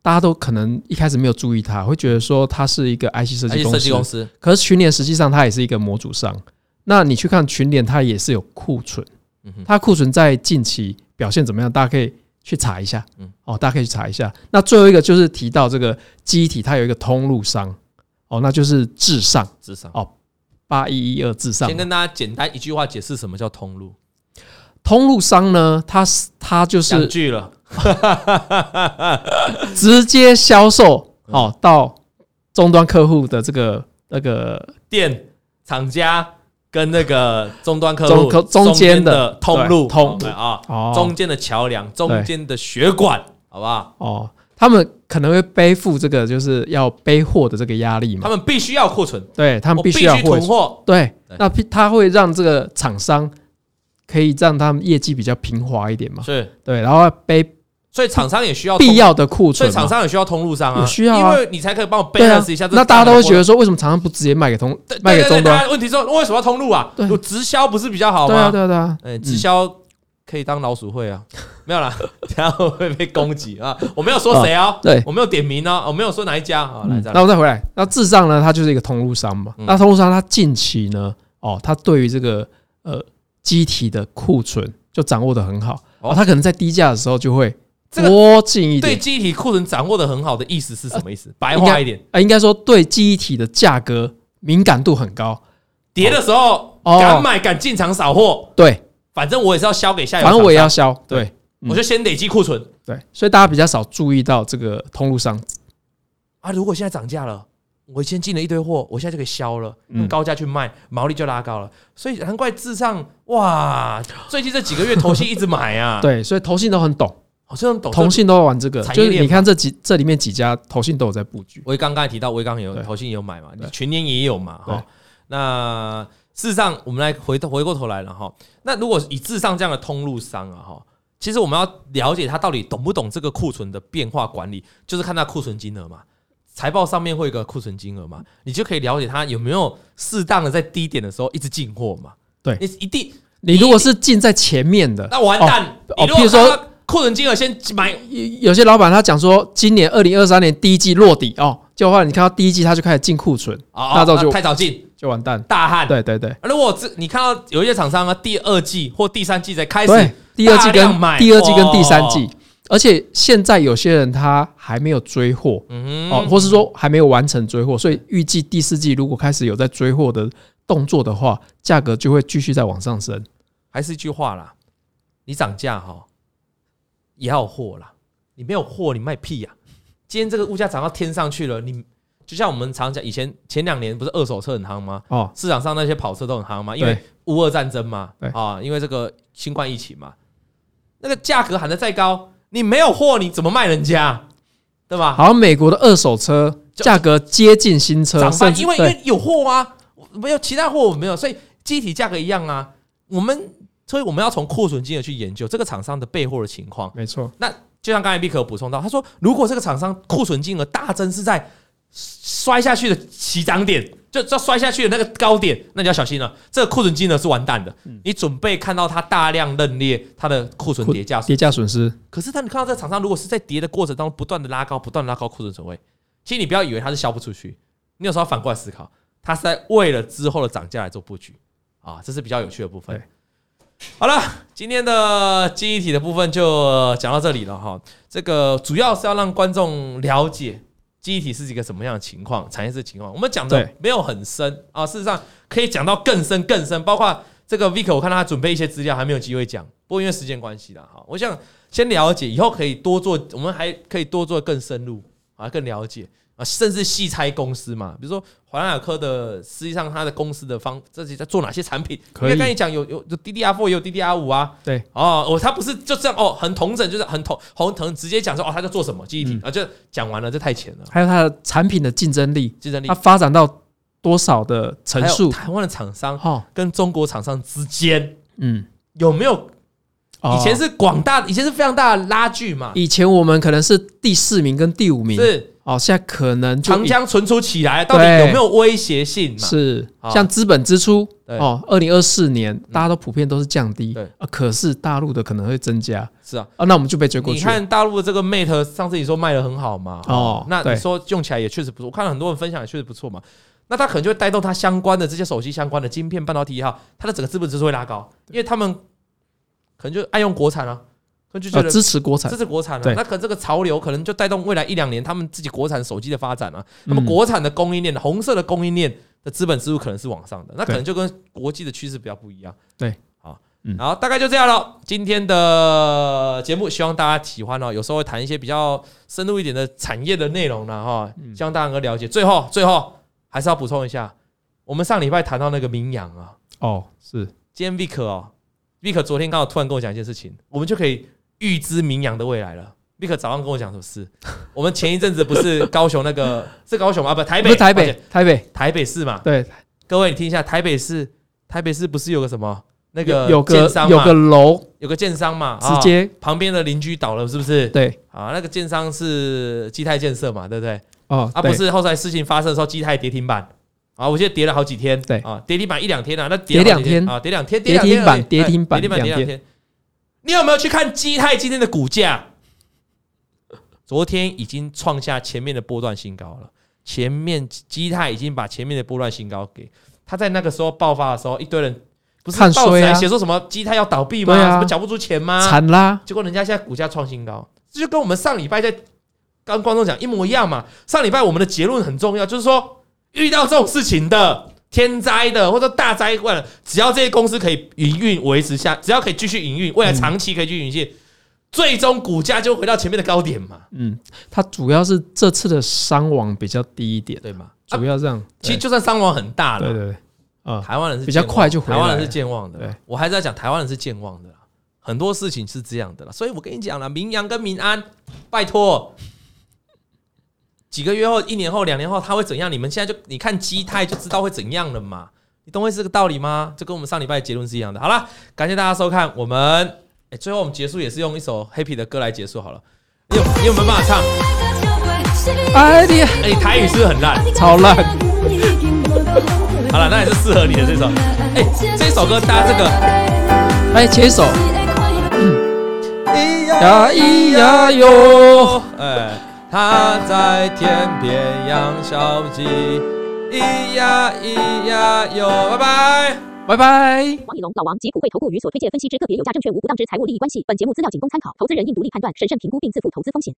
A: 大家都可能一开始没有注意它，会觉得说它是一个 IC 设计公
B: 设计公
A: 司，
B: 司
A: 可是群联实际上它也是一个模组商，那你去看群联，它也是有库存
B: 嗯哼，
A: 它库存在近期表现怎么样？大家可以去查一下
B: 嗯，
A: 哦，大家可以去查一下。那最后一个就是提到这个机体，它有一个通路商，哦，那就是至上
B: 智商
A: 哦。八一一二至上
B: 先。跟大家简单一句话解释什么叫通路，
A: 通路商呢，它是它就
B: 两
A: 是
B: 句了，
A: 直接销售
B: 嗯
A: 哦到终端客户的这个那个
B: 店厂家跟那个 终端客
A: 中
B: 户
A: 客中间的
B: 通路
A: 对通
B: 对啊，
A: 哦
B: 中间的桥梁，中间的血管，好不好？
A: 哦，他们可能会背负这个就是要背货的这个压力嘛
B: 他。们必须要库存，
A: 对他
B: 我
A: 们必
B: 哦必
A: 须要
B: 须
A: 会
B: 囤货，
A: 对
B: 对，
A: 那批它会让这个厂商可以让他们业绩比较平滑一点嘛？
B: 是，
A: 对，然后背
B: 所以厂商也需要
A: 必
B: 通，
A: 要的库
B: 哦所以
A: 存
B: 厂
A: 嘛。
B: 商也需要通路商啊，
A: 有需要啊
B: 因为你才可以帮我
A: 对啊
B: balance 一下这，
A: 那大家都会觉
B: 得。
A: 得说，为什么厂商不直接卖给通
B: 对
A: 卖给
B: 对对
A: 终
B: 对
A: 端？
B: 大家问题是说为什么要通路啊？
A: 对
B: 有直销不是比较好
A: 对啊，
B: 吗？
A: 对啊，对啊，
B: 哎，直销可以当老鼠会啊， 没有啦，等下会不会被攻击啊！我没有说谁哦，
A: 对。
B: 我没有点名哦，我没有说哪一家啊，来
A: 嗯
B: 这
A: 那我再回来，那至上呢，它就是一个通路商嘛。
B: 嗯
A: 那通路商它近期呢，哦，它对于这个呃机体的库存就掌握的很好，
B: 哦
A: 哦，它可能在低价的时候就会
B: 这个
A: 多进一
B: 对
A: 点，
B: 机体库存掌握的很好的意思是什么意思？白话一点，
A: 啊，应该说对机体的价格敏感度很高，
B: 跌的时候
A: 哦
B: 敢买敢进场扫货，
A: 对，
B: 反正我也是要销给下游，
A: 反正我也要，销，
B: 对
A: 对嗯
B: 我就先累积库存
A: 对，所以大家比较少注意到这个通路商，
B: 啊。如果现在涨价了。我先进了一堆货，我现在就可以销了，用
A: 嗯
B: 高价去卖，毛利就拉高了，所以难怪智上哇，最近这几个月投信一直买啊，哦
A: 对，所以投信都很懂，
B: 好像懂
A: 投信都会玩这个，
B: 产业
A: 就
B: 链
A: 是你看这几这里面几家投信都有在布局，
B: 维刚刚才提到，维刚也有，
A: 对
B: 投信也有买嘛，你
A: 对
B: 全年也有嘛，哈
A: 对。
B: 那事实上，我们来回头回过头来了哈。那如果以至上这样的通路商啊，哈，其实我们要了解他到底懂不懂这个库存的变化管理，就是看他库存金额嘛。财报上面会有一个库存金额嘛，你就可以了解他有没有适当的在低点的时候一直进货嘛。
A: 对
B: 你一定
A: 你如果是进在前面的，
B: 那完蛋。
A: 哦
B: 你如果
A: 譬如说
B: 看他库存金额先买
A: 有有些老板他讲说，今年二零二三年第一季落底哦，就后来你看到第一季他就开始进库存，
B: 啊，
A: 大造就
B: 啊太早进，
A: 就完蛋。
B: 大旱。
A: 对对对
B: 啊如果这你看到有一些厂商啊，第二季或第三季才开始
A: 对，第二季
B: 大
A: 跟
B: 量买
A: 第二季跟第三
B: 哦
A: 季，而且现在有些人他还没有追货，
B: 嗯
A: 哦，或是说还没有完成追货，所以预计第四季如果开始有在追货的动作的话，价格就会继续再往上升。
B: 还是一句话啦，你涨价哈，也要有货啦，你没有货你卖屁呀、今天这个物价涨到天上去了，你就像我们常讲，以前前两年不是二手车很夯吗？
A: 哦，
B: 市场上那些跑车都很夯嘛，因为
A: 对
B: 乌俄战争嘛
A: 对，
B: 啊，因为这个新冠疫情嘛，那个价格喊得再高，你没有货你怎么卖人家？对吧？
A: 好像美国的二手车
B: 就
A: 价格接近新车，
B: 涨
A: 甚
B: 翻，
A: 至
B: 因为因
A: 对
B: 为有货啊，我没有其他货我没有，所以机体价格一样啊。我们所以我们要从库存金额去研究这个厂商的备货的情况。
A: 没错，
B: 就像刚才 B 可有补充到，他说如果这个厂商库存金额大增是在摔下去的起涨点，就就摔下去的那个高点，那你要小心了，这个库存金额是完蛋的。你准备看到它大量认列它的库存
A: 库
B: 叠加
A: 跌价损失
B: 可是当你看到这个厂商如果是在跌的过程当中不断的拉高，不断地拉高库存水位，其实你不要以为它是销不出去，你有时候要反过来思考，它是在为了之后的涨价来做布局啊，这是比较有趣的部分
A: 对。
B: 好了，今天的记忆体的部分就呃讲到这里了哈。这个主要是要让观众了解记忆体是一个什么样的情况，产业是情况。我们讲的
A: 对
B: 没有很深啊，事实上可以讲到更深更深，包括这个 Vico，我看到他准备一些资料，还没有机会讲。不过因为时间关系啦，哈，我想先了解，以后可以多做，我们还可以多做更深入啊，更了解啊，甚至细拆公司嘛，比如说华纳尔科的，实际上它的公司的方这些在做哪些产品？
A: 可以
B: 因为刚才你讲有有有 DDR four 也有 DDR 五啊，
A: 对，
B: 哦，我他不是就这样哦，很同整，就是很同红藤直接讲说哦，他在做什么记
A: 嗯
B: 忆体、啊，就讲完了，这太浅了，
A: 还有它的产品的竞争力，
B: 竞争力
A: 它。发展到多少的层
B: 还有
A: 数？
B: 台湾的厂商
A: 哦，
B: 跟中国厂商之间
A: 嗯，
B: 有没有
A: 哦
B: 以前是广大，以前是非常大的拉锯嘛，
A: 以前我们可能是第四名跟第五名，
B: 是。
A: 哦，现在可能就
B: 长
A: 已
B: 江存储起来到底有没有威胁性嘛？
A: 是
B: 好
A: 像资本支出
B: 对嗯
A: 哦，二零二四年大家都普遍都是降低，
B: 对
A: 啊，可是大陆的可能会增加
B: 是啊，
A: 啊，那我们就被追过
B: 你
A: 去了。
B: 看大陆的这个 Mate，上次你说卖的很好嘛，
A: 哦
B: 那
A: 对
B: 你说用起来也确实不错，我看了很多人分享也确实不错嘛。那它可能就会带动它相关的这些手机相关的晶片、半导体也好，它的整个资本支出会拉高，因为他们可能就爱用国产啊，可能就觉
A: 啊，
B: 得
A: 支持国产
B: 这，是国产了、
A: 对
B: 那可这个潮流可能就带动未来一两年他们自己国产手机的发展啊。那么
A: 嗯
B: 国产的供应链，红色的供应链的资本支出可能是往上的，那可
A: 对
B: 能就跟国际的趋势比较不一样。
A: 对，
B: 好，
A: 嗯
B: 好，大概就这样了。今天的节目希望大家喜欢哦，有时候会谈一些比较深入一点的产业的内容呢，哈，
A: 嗯
B: 希望大家能够了解。最后，最后还是要补充一下，我们上礼拜谈到那个名扬啊，
A: 哦，是
B: 今天 Vic 哦，Vic 昨天刚好突然跟我讲一件事情，我们就可以预知明阳的未来了。Vic 早上跟我讲什么 事？我们前一阵子不是高雄那个是高雄吗？啊，不，台
A: 不
B: 北，哦
A: 是台
B: 抱
A: 北
B: 歉，
A: 台北
B: 台北市嘛。
A: 对，
B: 各位，你听一下，台北市，台北市不是有个什么那个
A: 有
B: 建
A: 个
B: 商嘛
A: 有个楼
B: 有个建商嘛，啊
A: 直接
B: 旁边的邻居倒了，是不是？
A: 对
B: 啊，那个建商是基泰建设嘛，对不对？
A: 哦，
B: 啊，
A: 对
B: 不是后来事情发生的时候，基泰跌停板啊，我记得跌了好几天，
A: 对
B: 啊，跌停板一两天啊，那
A: 跌
B: 了
A: 两
B: 好几天
A: 天
B: 啊，跌两天，哎
A: 跌停板跌停
B: 跌
A: 板
B: 停板跌
A: 两
B: 两天。你有没有去看基泰今天的股价？昨天已经创下前面的波段新高了，前面基泰已经把前面的波段新高给他在那个时候爆发的时候，一堆人不是
A: 看
B: 报纸
A: 衰
B: 还
A: 啊
B: 写说什么基泰要倒闭吗？
A: 对啊
B: 什么缴不出钱吗？
A: 惨啦，
B: 结果人家现在股价创新高，这就跟我们上礼拜在跟观众讲一模一样嘛。上礼拜我们的结论很重要，就是说遇到这种事情的天灾的或者大灾怪的，只要这些公司可以营运维持下，只要可以继续营运，未来长期可以继续营运，最终股价就回到前面的高点嘛，
A: 嗯，它主要是这次的伤亡比较低一点，
B: 对吗？啊
A: 主要这样，
B: 其实就算伤亡很大
A: 对
B: 了
A: 对，对对啊，
B: 台湾人是
A: 比较
B: 健忘
A: 快就回
B: 台湾人
A: 来
B: 是健忘的啦
A: 对。
B: 我还是要讲台湾人是健忘的啦，很多事情是这样的啦。所以我跟你讲了，明阳跟民安，拜托，几个月后、一年后、两年后，他会怎样？你们现在就你看基态就知道会怎样了嘛。你懂我这个道理吗？就跟我们上礼拜的结论是一样的。好了，感谢大家收看，我们哎、最后我们结束也是用一首 Happy 的歌来结束好了。你有你有没有办法唱？
A: 哎你
B: 哎、你台语是不是很烂？
A: 超烂。
B: 好了，那也是适合你的这首。哎、这首歌搭这个。
A: 哎前一首
B: 咿
A: 呀咿呀哟，
B: 哎，他在天边养小鸡，咿呀咿呀哟，拜拜。
A: 拜拜。
C: 王以龙、老王及普惠投顾与所推荐分析之个别有价证券无不当之财务利益关系。本节目资料仅供参考，投资人应独立判断、审慎评估并自负投资风险。